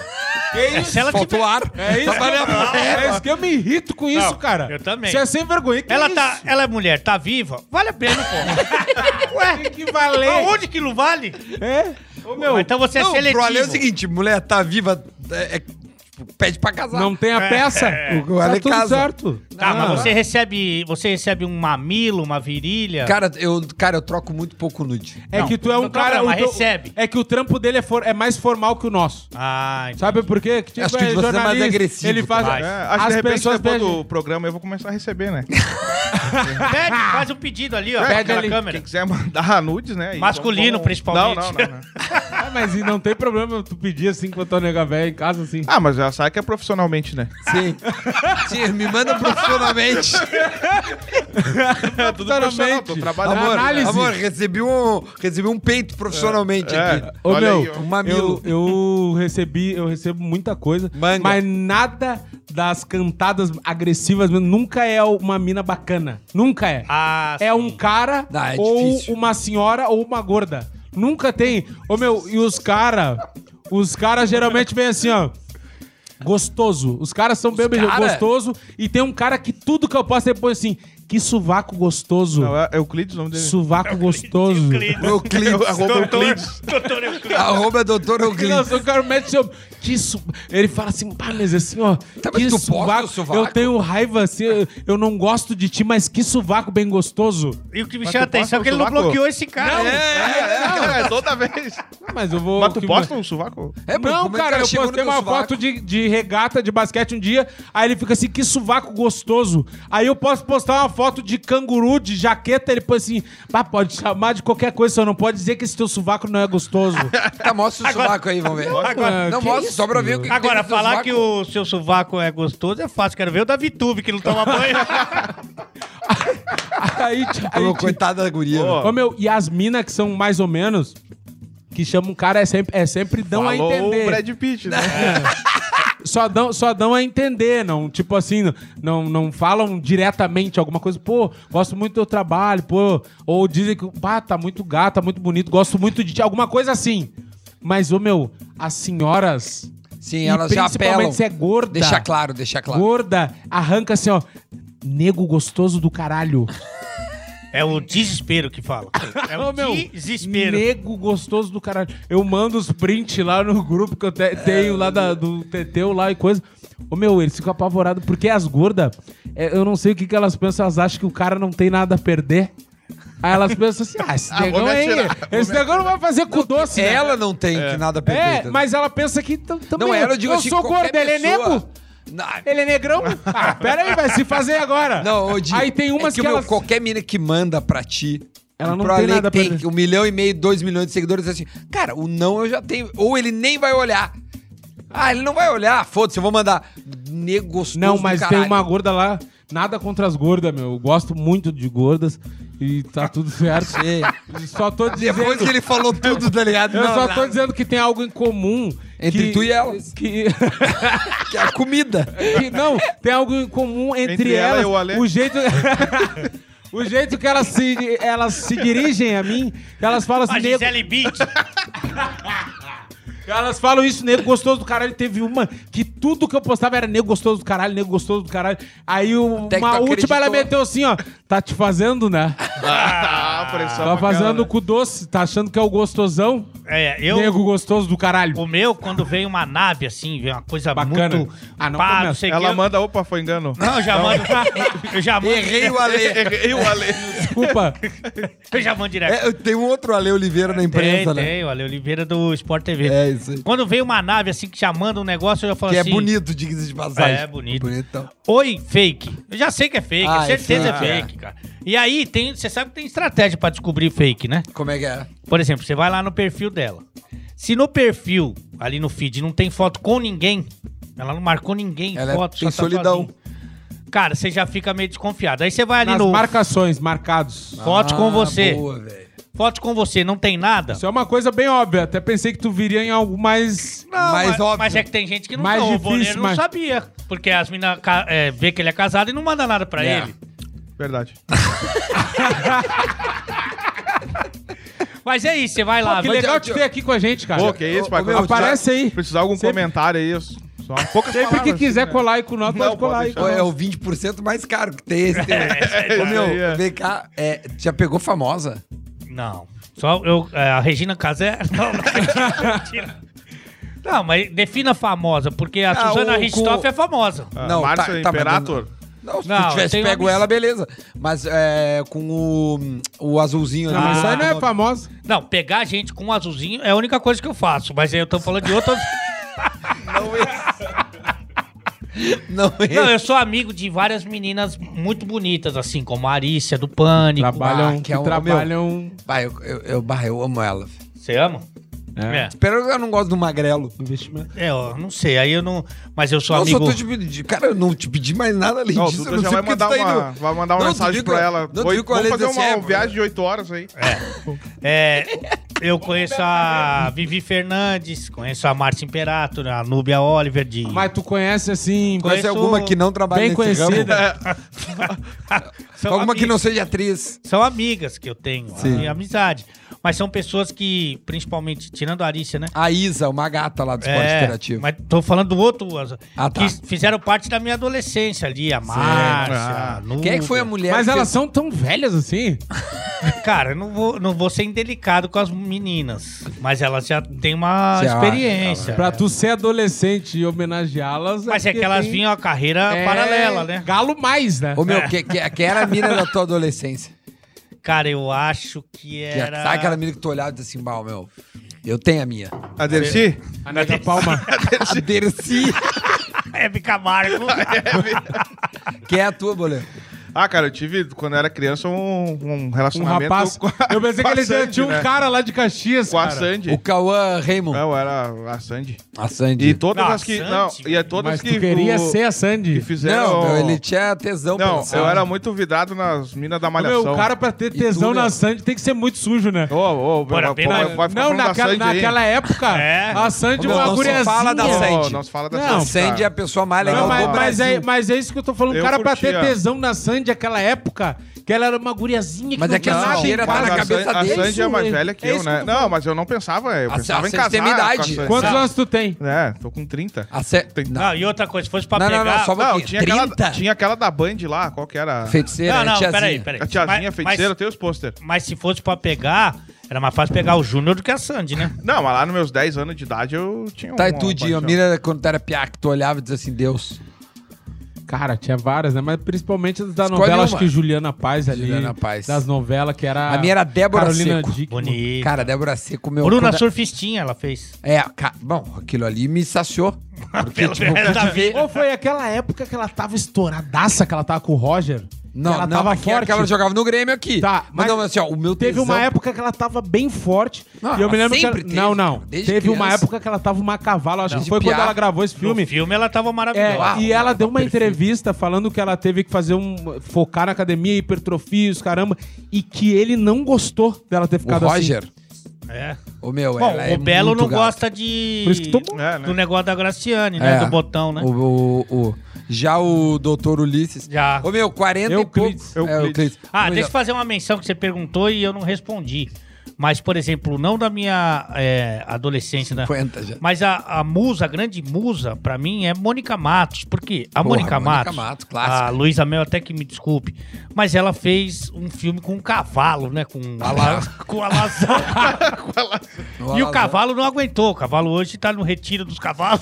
é, se ela
Faltou
tiver...
ar.
É isso, que
Só vale a
eu,
pena.
é isso que eu me irrito com isso, cara.
eu também.
Você é sem vergonha. Que
Ela,
isso?
tá, ela é mulher, tá viva, vale a pena,
<laughs>
pô. Ué,
Tem que valer.
aonde que não vale?
É? Ô, meu.
Mas então você
Não,
é seletivo.
O problema é o seguinte, mulher tá viva, é- é, tipo, pede pra casar.
Não tem
É,
a peça.
O Ale
Tá tudo
casa.
certo.
Tá,
Ah.
mas você recebe, você recebe um mamilo, uma virilha?
Cara, eu, cara, eu troco muito pouco nude.
É
Não,
que tu é um
não
cara.
programa,
o teu-
recebe.
É que o trampo dele é, for- é mais formal que o nosso.
Ah, então.
Sabe por quê? Que, tipo,
Acho que
é
de vocês é mais
jornalista,
agressivo,
Ele faz.
mais.
É, acho que de
As
repente
pessoas
depois
pedem.
do programa eu vou começar a receber, né?
Pede, faz um pedido ali, ó,
É,
pra
Pede
aquela
ali.
câmera.
Quem quiser mandar nudes, né? E
Masculino, principalmente.
Não, não, não, não.
Ah, mas e não tem problema tu pedir assim quando tá nega velha em casa assim.
Ah, mas ela sabe que é profissionalmente, né?
Sim.
<laughs>
Sim, me manda profissionalmente.
É tudo profissional, tô
Profissionalmente.
trabalhando.
amor,
Análise.
amor, recebi um, recebi um peito profissionalmente
É,
aqui.
Ô,
olha
meu,
aí, ó.
Um mamilo.
Eu, eu recebi, eu recebo muita coisa,
Manga.
mas nada das cantadas agressivas mesmo. nunca é uma mina bacana. Nunca é.
Ah,
é
sim.
um cara
Ah, é
ou
difícil.
uma senhora ou uma gorda. Nunca tem. Ô meu, e os cara, os caras geralmente vêm assim, ó. Gostoso. Os caras são bem
cara?
gostoso e tem um cara que tudo que eu posso depois assim, que sovaco gostoso.
Não, é Euclides o nome dele.
Sovaco gostoso.
Euclides.
Arroba
Doutor é Euclides.
<laughs> Arroba doutor Euclides.
Nossa, <laughs> o cara mete seu. Que su... Ele fala assim, pá, mas assim, ó.
Tá, mas
que
tu posta o sovaco?
Eu tenho raiva assim, eu, eu não gosto de ti, mas que sovaco bem gostoso.
E o que me
Mas
chama
tu posta
atenção é que ele não
sovaco?
bloqueou esse cara.
É, é, é, é, toda vez.
Ah, Mas eu vou.
Mas tu
que-
posta um sovaco?
É, pô,
não,
como é que o
cara, eu
chegou no
postei
meu
uma
sovaco?
foto de, de regata de basquete um dia, aí ele fica assim, que sovaco gostoso. Aí eu posso postar uma foto de canguru, de jaqueta, ele põe assim, ah, pode chamar de qualquer coisa, só não pode dizer que esse teu sovaco não é
<laughs>
gostoso.
Tá, mostra o sovaco aí, vamos ver.
agora-
não,
que
mostra,
isso,
só pra ver o que que
Agora,
tem no teu
falar
sovaco.
que o seu sovaco é gostoso é fácil. Quero ver o da Vitube, que não toma banho.
aí, tipo,
Ô, então,
aí, tipo,
coitada da guria.
Ô,
Ô, meu, e as minas que são mais ou menos, que chamam um cara, é sempre, é sempre dão
Falou
a entender.
o Brad Pitt, né?
Só, dão, só dão a entender, não, tipo assim, não- não, não falam diretamente alguma coisa. Pô, gosto muito do teu trabalho, pô. Ou dizem que, pá, tá muito gato, tá muito bonito, gosto muito de ti, alguma coisa assim. Mas, ô, meu, as senhoras...
Sim,
e
elas já apelam.
Principalmente se é gorda.
Deixa claro, deixa claro.
Gorda, arranca assim, ó. Nego gostoso do caralho.
É o desespero que fala. É
Ô,
o
meu,
desespero.
Nego gostoso do caralho. Eu mando os prints lá no grupo que eu te- tenho lá da- do Teteu lá e coisa. Ô meu, eles ficam apavorados porque as gordas, é, eu não sei o que, que elas pensam, elas acham que o cara não tem nada a perder. Aí elas pensam assim, ah, esse
Ah, vou
negão
me
aí,
atirar, vou
esse
me
negão não vai fazer cu doce, né?
Ela não tem que nada
É,
perfeito.
mas ela pensa que tam- também...
Não, ela eu digo assim,
sou gordo,
qualquer
ele é
pessoa-
nego?
Na-
Ele é negrão? Ah, pera aí, vai se fazer agora.
Não, eu digo,
Aí tem umas
é que,
que,
meu,
elas...
qualquer mina que manda pra ti.
Ela não
pro
tem
Ale
nada pra
tem
dizer.
um milhão e meio, dois milhões de seguidores assim. Cara, o não eu já tenho. Ou ele nem vai olhar. Ah, ele não vai olhar. Foda-se, eu vou mandar. Nego gostoso
Não,
do
mas tem
caralho.
uma gorda lá. Nada contra as gordas, meu. Eu gosto muito de gordas e tá
<laughs>
tudo certo. só tô dizendo.
Depois que
<laughs>
ele falou tudo, tá ligado?
Eu
Não,
só
não,
tô dizendo que tem algo em comum.
Entre
que-
tu e elas. <laughs>
Que,
que é a comida.
que- não, tem algo em comum entre,
Entre ela
elas.
e o Ale.
o jeito. <laughs> o jeito que elas se, elas se dirigem a mim, elas falam assim,
A
nego.
Gisele Bint.
Elas falam isso, nego gostoso do caralho. Teve uma que tudo que eu postava era nego gostoso do caralho, nego gostoso do caralho. Aí o-
Até que
uma
tu
última ela
acreditou.
meteu assim, ó. Tá te fazendo, né?
Ah, tá, pressão
Tá
pra
fazendo
caralho.
com doce, tá achando que é o gostosão?
É, eu...
Nego gostoso do caralho.
O meu, quando vem uma nave assim, vem uma coisa
Bacana.
muito...
Ah, não
pá,
começa.
sei o
Ela
quê.
manda, opa, foi engano.
Não, eu já mando... eu já mando...
Errei
<laughs>
o Ale.
Errei o Ale.
Desculpa.
Eu já mando direto.
É, eu- tem um outro Ale Oliveira na
Tem,
imprensa, né?
tem, o Ale Oliveira do Sport TV.
É isso aí.
Quando vem uma nave assim que já manda um negócio, eu já falo
Que é
assim...
bonito, diga-se de passagem.
É, bonito.
Bonitão.
Oi, fake. Eu já sei que é fake,
Ah, é
certeza é
fake,
fake,
é.
cara. E aí, tem, você sabe que tem estratégia pra descobrir fake, né?
Como é que é?
Por exemplo, você vai lá no perfil dela. Se no perfil, ali no feed, não tem foto com ninguém, ela não marcou ninguém em
Ela
foto,
tem solidão.
sozinha. Cara, você já fica meio desconfiado. Aí você vai ali
Nas
no
marcações, marcados.
fotos com
Ah,
você.
Boa, velho.
Fotos com você, não tem nada.
Isso é uma coisa bem óbvia. Até pensei que tu viria em algo mais.
Não,
Mas
mas,
óbvio.
mas é que tem gente que não
Mais
sabe. o
difícil,
Bonner não
mas-
sabia. Porque as minas ca- é, vê que ele é casado e não manda nada pra
É.
ele.
Verdade.
Mas é isso, você vai lá.
Que
vai-
legal
Ah, eu-
te
eu-
ter aqui com a gente, cara.
Pô, que isso,
Ô,
pai.
ô, meu,
Quando
Aparece
precisar-
aí.
Precisar algum
Sempre-
comentário aí, só um poucas
Sempre que
palavras,
quiser
assim, né?
colar aí com nós,
Não,
pode
pode
colar aí.
deixar.
com
Pô,
nós.
é o 20% mais caro que tem esse. Tem... Ô,
Aí, <laughs> é.
meu, vem cá. é, já pegou famosa?
Não. Só eu, é, a Regina Casé. Não, não, <laughs> mentira. Não, mas defina famosa, porque a
Ah,
Suzana
o-
Ristoff
com-
é famosa.
Ah,
Não, tá-
Márcio
tá, mas
Imperator.
Não, se
Não,
tu tivesse
tem uma
pego
miss-
ela, beleza. Mas é, com o, o azulzinho ali.
Não, mas
né?
isso aí não é famoso.
Não, pegar gente com um azulzinho é a única coisa que eu faço, mas aí eu tô falando de outra.
<laughs> Não,
Não, eu sou amigo de várias meninas muito bonitas, assim, como a Arícia do Pânico.
Trabalham.
ah, que
que
é um-
trabalham.
Vai, eu, eu, eu, bah, eu amo ela. filho.
Você ama?
É.
Pera, eu não gosto do magrelo.
Investimento.
É, ó, não sei, aí eu não. Mas eu sou
Não,
amigo.
só tô te pedindo. Cara, eu não te pedi mais nada além
Não, o
disso.
Duda
eu não
já
sei
vai
porque
mandar,
tu tá indo-
uma, vai mandar uma
Não, tu
mensagem
viu que-
pra ela.
Não, tu
Oi,
viu que o
vamos
Ale
fazer
disse,
uma
é,
viagem de 8 horas aí.
É, eu conheço a Vivi Fernandes, conheço a Márcia Imperator, a Núbia Oliver de. <laughs>
Mas tu conhece assim.
Conhece
Conheço
alguma que não trabalha
bem
nesse ramo?
conhecida.
É,
São
Alguma que
amigas.
não seja atriz.
São amigas que eu tenho, a minha amizade. Mas são pessoas que, principalmente, tirando a Arícia, né?
A Isa, uma gata lá do esporte
É,
interativo.
mas tô falando do outro, as-
Ah, tá.
que fizeram parte da minha adolescência ali, a Márcia,
Ah.
a Núbia.
Quem é que foi a mulher?
Mas
que
elas
fez-
são tão velhas assim.
Cara, eu não vou, não vou ser indelicado com as meninas, mas elas já têm uma
Você acha,
experiência.
Pra tu ser adolescente e homenageá-las.
Mas é que
porque
elas
tem-
vinham a carreira
É,
paralela, né?
Galo mais, né?
Ô, meu,
É.
que, que, que era a mina da tua adolescência?
Cara, eu acho que <laughs>
Que
era...
Era... Sabe
<laughs>
aquela mina que tu olhava e disse assim, "Bah, meu, eu tenho a minha.
A Dercy?
A Nega
<laughs>
Palma.
A Dercy,
É Camargo.
que é a tua, Bolê.
<laughs> Ah, cara, eu tive, quando eu era criança, um, um
Um
relacionamento.
rapaz.
com a-
Eu pensei
com
que
a
ele já
Sandy,
tinha um
né?
cara lá de Caxias.
Com a
cara.
Sandy.
O Cauã Raymond.
Não, era a Sandy.
A Sandy.
E todas
Ah,
Não,
as que.
Sandy,
não, e é
velho.
todas
Mas
que.
tu queria
o-
ser a
Que
Sandy.
fizeram.
Não, meu, ele tinha um tesão
um- Não,
pela Sandy.
eu era muito vidado nas minas da
Meu,
malhação.
o cara pra ter
tu,
tesão na
meu?
Sandy tem que ser muito sujo, né?
Ô, ô, meu,
Bora,
pô,
bem na-
Então, vai- vai ficar
Não,
falando da
naquela,
Sandy aí.
naquela época,
É.
a Sandy
Ô, meu,
uma
não se
guriazinha.
fala da
Ô,
Sandy.
Não se fala da
Não,
A
Sandy.
Sandy é a
um cara.
pessoa mais
Não,
Não,
legal do
mas, mas
Brasil.
é, mas é isso que eu tô falando. O
Eu
cara,
curtia.
pra ter tesão na Sandy, aquela época, que ela era uma guriazinha que
Mas
não
é que a
tinha nada em
sujeira tá
casa.
na
a
cabeça
Sandy- a
dele.
Sandy é mais
Isso,
velha que
é
eu,
isso
né?
que eu tô
Não, mas eu não pensava. Eu
A
pensava em
Sandy
casar.
tem minha idade. Ah,
com a Sandy.
Quantos
Não.
anos tu tem?
É, tô com 30.
A Sa-
Tem-
Não,
Não, e outra coisa, se fosse pra
Não,
pegar...
não, não, só vou-
Não,
aqui,
tinha aquela,
30?
tinha aquela da Band lá, qual que era?
feiticeira,
Não, não,
tiazinha.
peraí, peraí.
A tiazinha
Mas-
feiticeira,
mas-
eu tenho os pôster.
Mas se fosse pra pegar, era mais fácil pegar o Júnior do que a Sandy, né?
Não, mas lá nos meus 10 anos de idade eu tinha
Tá,
uma
e tu, Dinho, a
paixão.
mira quando tu era piá, que tu olhava e dizia assim, Deus.
Cara, tinha várias, né? Mas principalmente das da
Escolhe
novela,
uma.
acho que Juliana Paz ali.
Juliana Paz.
Das novelas que era.
A minha era Débora
Carolina
Seco.
Dickmann.
Bonito.
Cara, Débora Seco, meu...
Bruna
quando-
Surfistinha ela fez.
É, ca- bom, aquilo ali me saciou. Porque,
<laughs> Pelo
tipo,
menos da
pude ver...
Ou foi aquela época que ela tava estouradaça, que ela tava com o Roger?
Não,
que ela
não,
tava
aqui era
forte.
que ela jogava no Grêmio aqui.
Tá,
mas, não, assim, ó, o meu
Teve
tesão-
uma época que ela tava bem forte.
Não,
e eu me lembro que ela...
sempre teve,
Não, não.
cara, desde
Teve uma
criança.
época que ela tava uma cavalo. Acho que
Desde
foi quando
piá.
ela gravou esse
No
filme.
filme ela tava
É,
maravilhosa.
Uau,
e ela
uau,
deu uma
perfeito.
entrevista falando que ela teve que fazer um. focar na academia, hipertrofia, os caramba. E que ele não gostou dela ter
O
ficado assim.
Roger,
É.
o meu,
Bom,
ela é
o Belo
muito
não
gata.
gosta de...
Por isso que tomou.
É, né?
Do negócio da Graciane, né?
É.
Do botão, né?
O, o- o- já o doutor Ulisses.
Já. É
Ô, meu, 40
Euclides.
e pouco.
Euclides.
Ah,
Ô, meu,
deixa eu fazer uma menção que você perguntou e eu não respondi. Mas, por exemplo, não da minha é, adolescência, né?
50 já.
Mas a, a musa, a grande musa, pra mim, é Mônica Matos. Por quê? A
Porra,
Mônica
Mônica
Matos.
Matos, clássica.
A Luísa Mel, até que me desculpe. Mas ela fez um filme com um cavalo, né? Com a,
<laughs>
la... <laughs> com a lasanha. Com a la-
Com a
E o
lasanha.
cavalo não aguentou. O cavalo hoje tá no retiro dos
<laughs>
cavalos.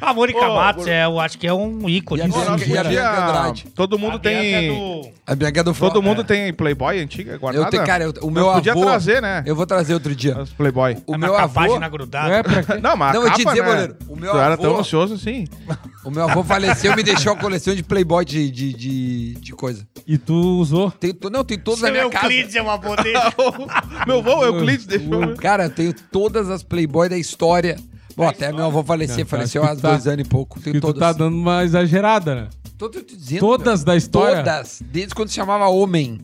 a Mônica
Ô,
Matos, é, eu acho que é um ícone.
E a
né?
Pô, nós
E a
podia-
Bianca Andrade?
Todo mundo
A Bianca
tem.
é do-
A Bianca é do
Todo
Fla-
mundo
é.
tem Playboy antiga, guardada?
Eu tenho, cara, eu- o meu
Nós
avô.
podia trazer, né?
Eu vou trazer
<laughs>
outro dia.
Os Playboy.
O
Tá
meu
na
avô.
página grudada.
Não é pra quê?
<laughs> Não, mas
Não,
a
eu te
capa,
dizer,
né?
goleiro, o meu
Tu era
avô-
tão ansioso assim. <laughs>
O meu avô faleceu e me deixou a coleção de Playboy de, de, de, de coisa.
E tu usou.
Tem, to- não, tem todas na
Seu
minha casa.
Euclides é uma boa dele.
meu vô, Euclides, deixou.
Uhum.
Cara, eu tenho todas as Playboy da história. Bom, até meu avô falecer, faleceu
acho que
há
tu tá-
dois anos e pouco. Tenho
Que tu
todas.
tá dando uma exagerada, né?
Tô te dizendo,
Todas da história?
Todas. Desde quando se chamava Homem.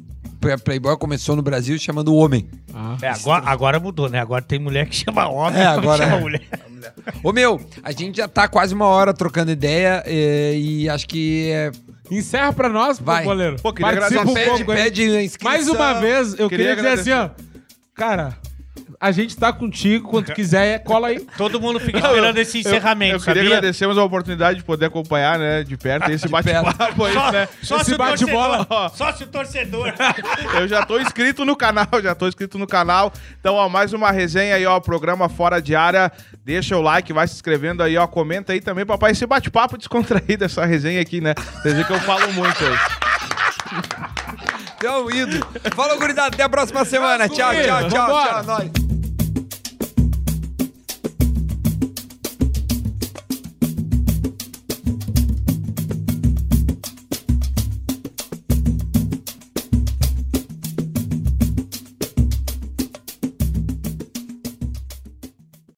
A Playboy começou no Brasil chamando Homem.
Ah.
É, agora, agora mudou, né? Agora tem mulher que chama homem,
É,
não
agora
<laughs> chama
é.
mulher.
Ô meu, a gente já tá quase uma hora trocando ideia eh, e acho que eh,
Encerra pra nós,
Vai.
pô, goleiro.
Pô, queria
Participa
agradecer.
um
pede,
pouco, hein?
pede a inscrição.
Mais uma vez, eu queria,
Queria
dizer assim, ó. Cara, a gente tá contigo quando tu quiser, cola aí.
Todo mundo fica esperando esse encerramento,
Eu queria
sabia?
agradecer mais a oportunidade de poder acompanhar, né,
<laughs>
de perto esse bate-papo aí,
Só,
né?
só
Esse
se o
bate-bola.
torcedor. Só se o torcedor.
Eu já tô inscrito no canal, já tô inscrito no canal. Então, ó, mais uma resenha aí, ó, programa Fora de Área. Deixa o like, vai se inscrevendo aí, ó, comenta aí também, papai, esse bate-papo descontraído, essa resenha aqui, né? Vocês veem que eu falo muito aí.
Então, ido. Falou, gurizada. Até a próxima semana. Tchau, tchau, tchau.
Vambora.
Tchau, nós.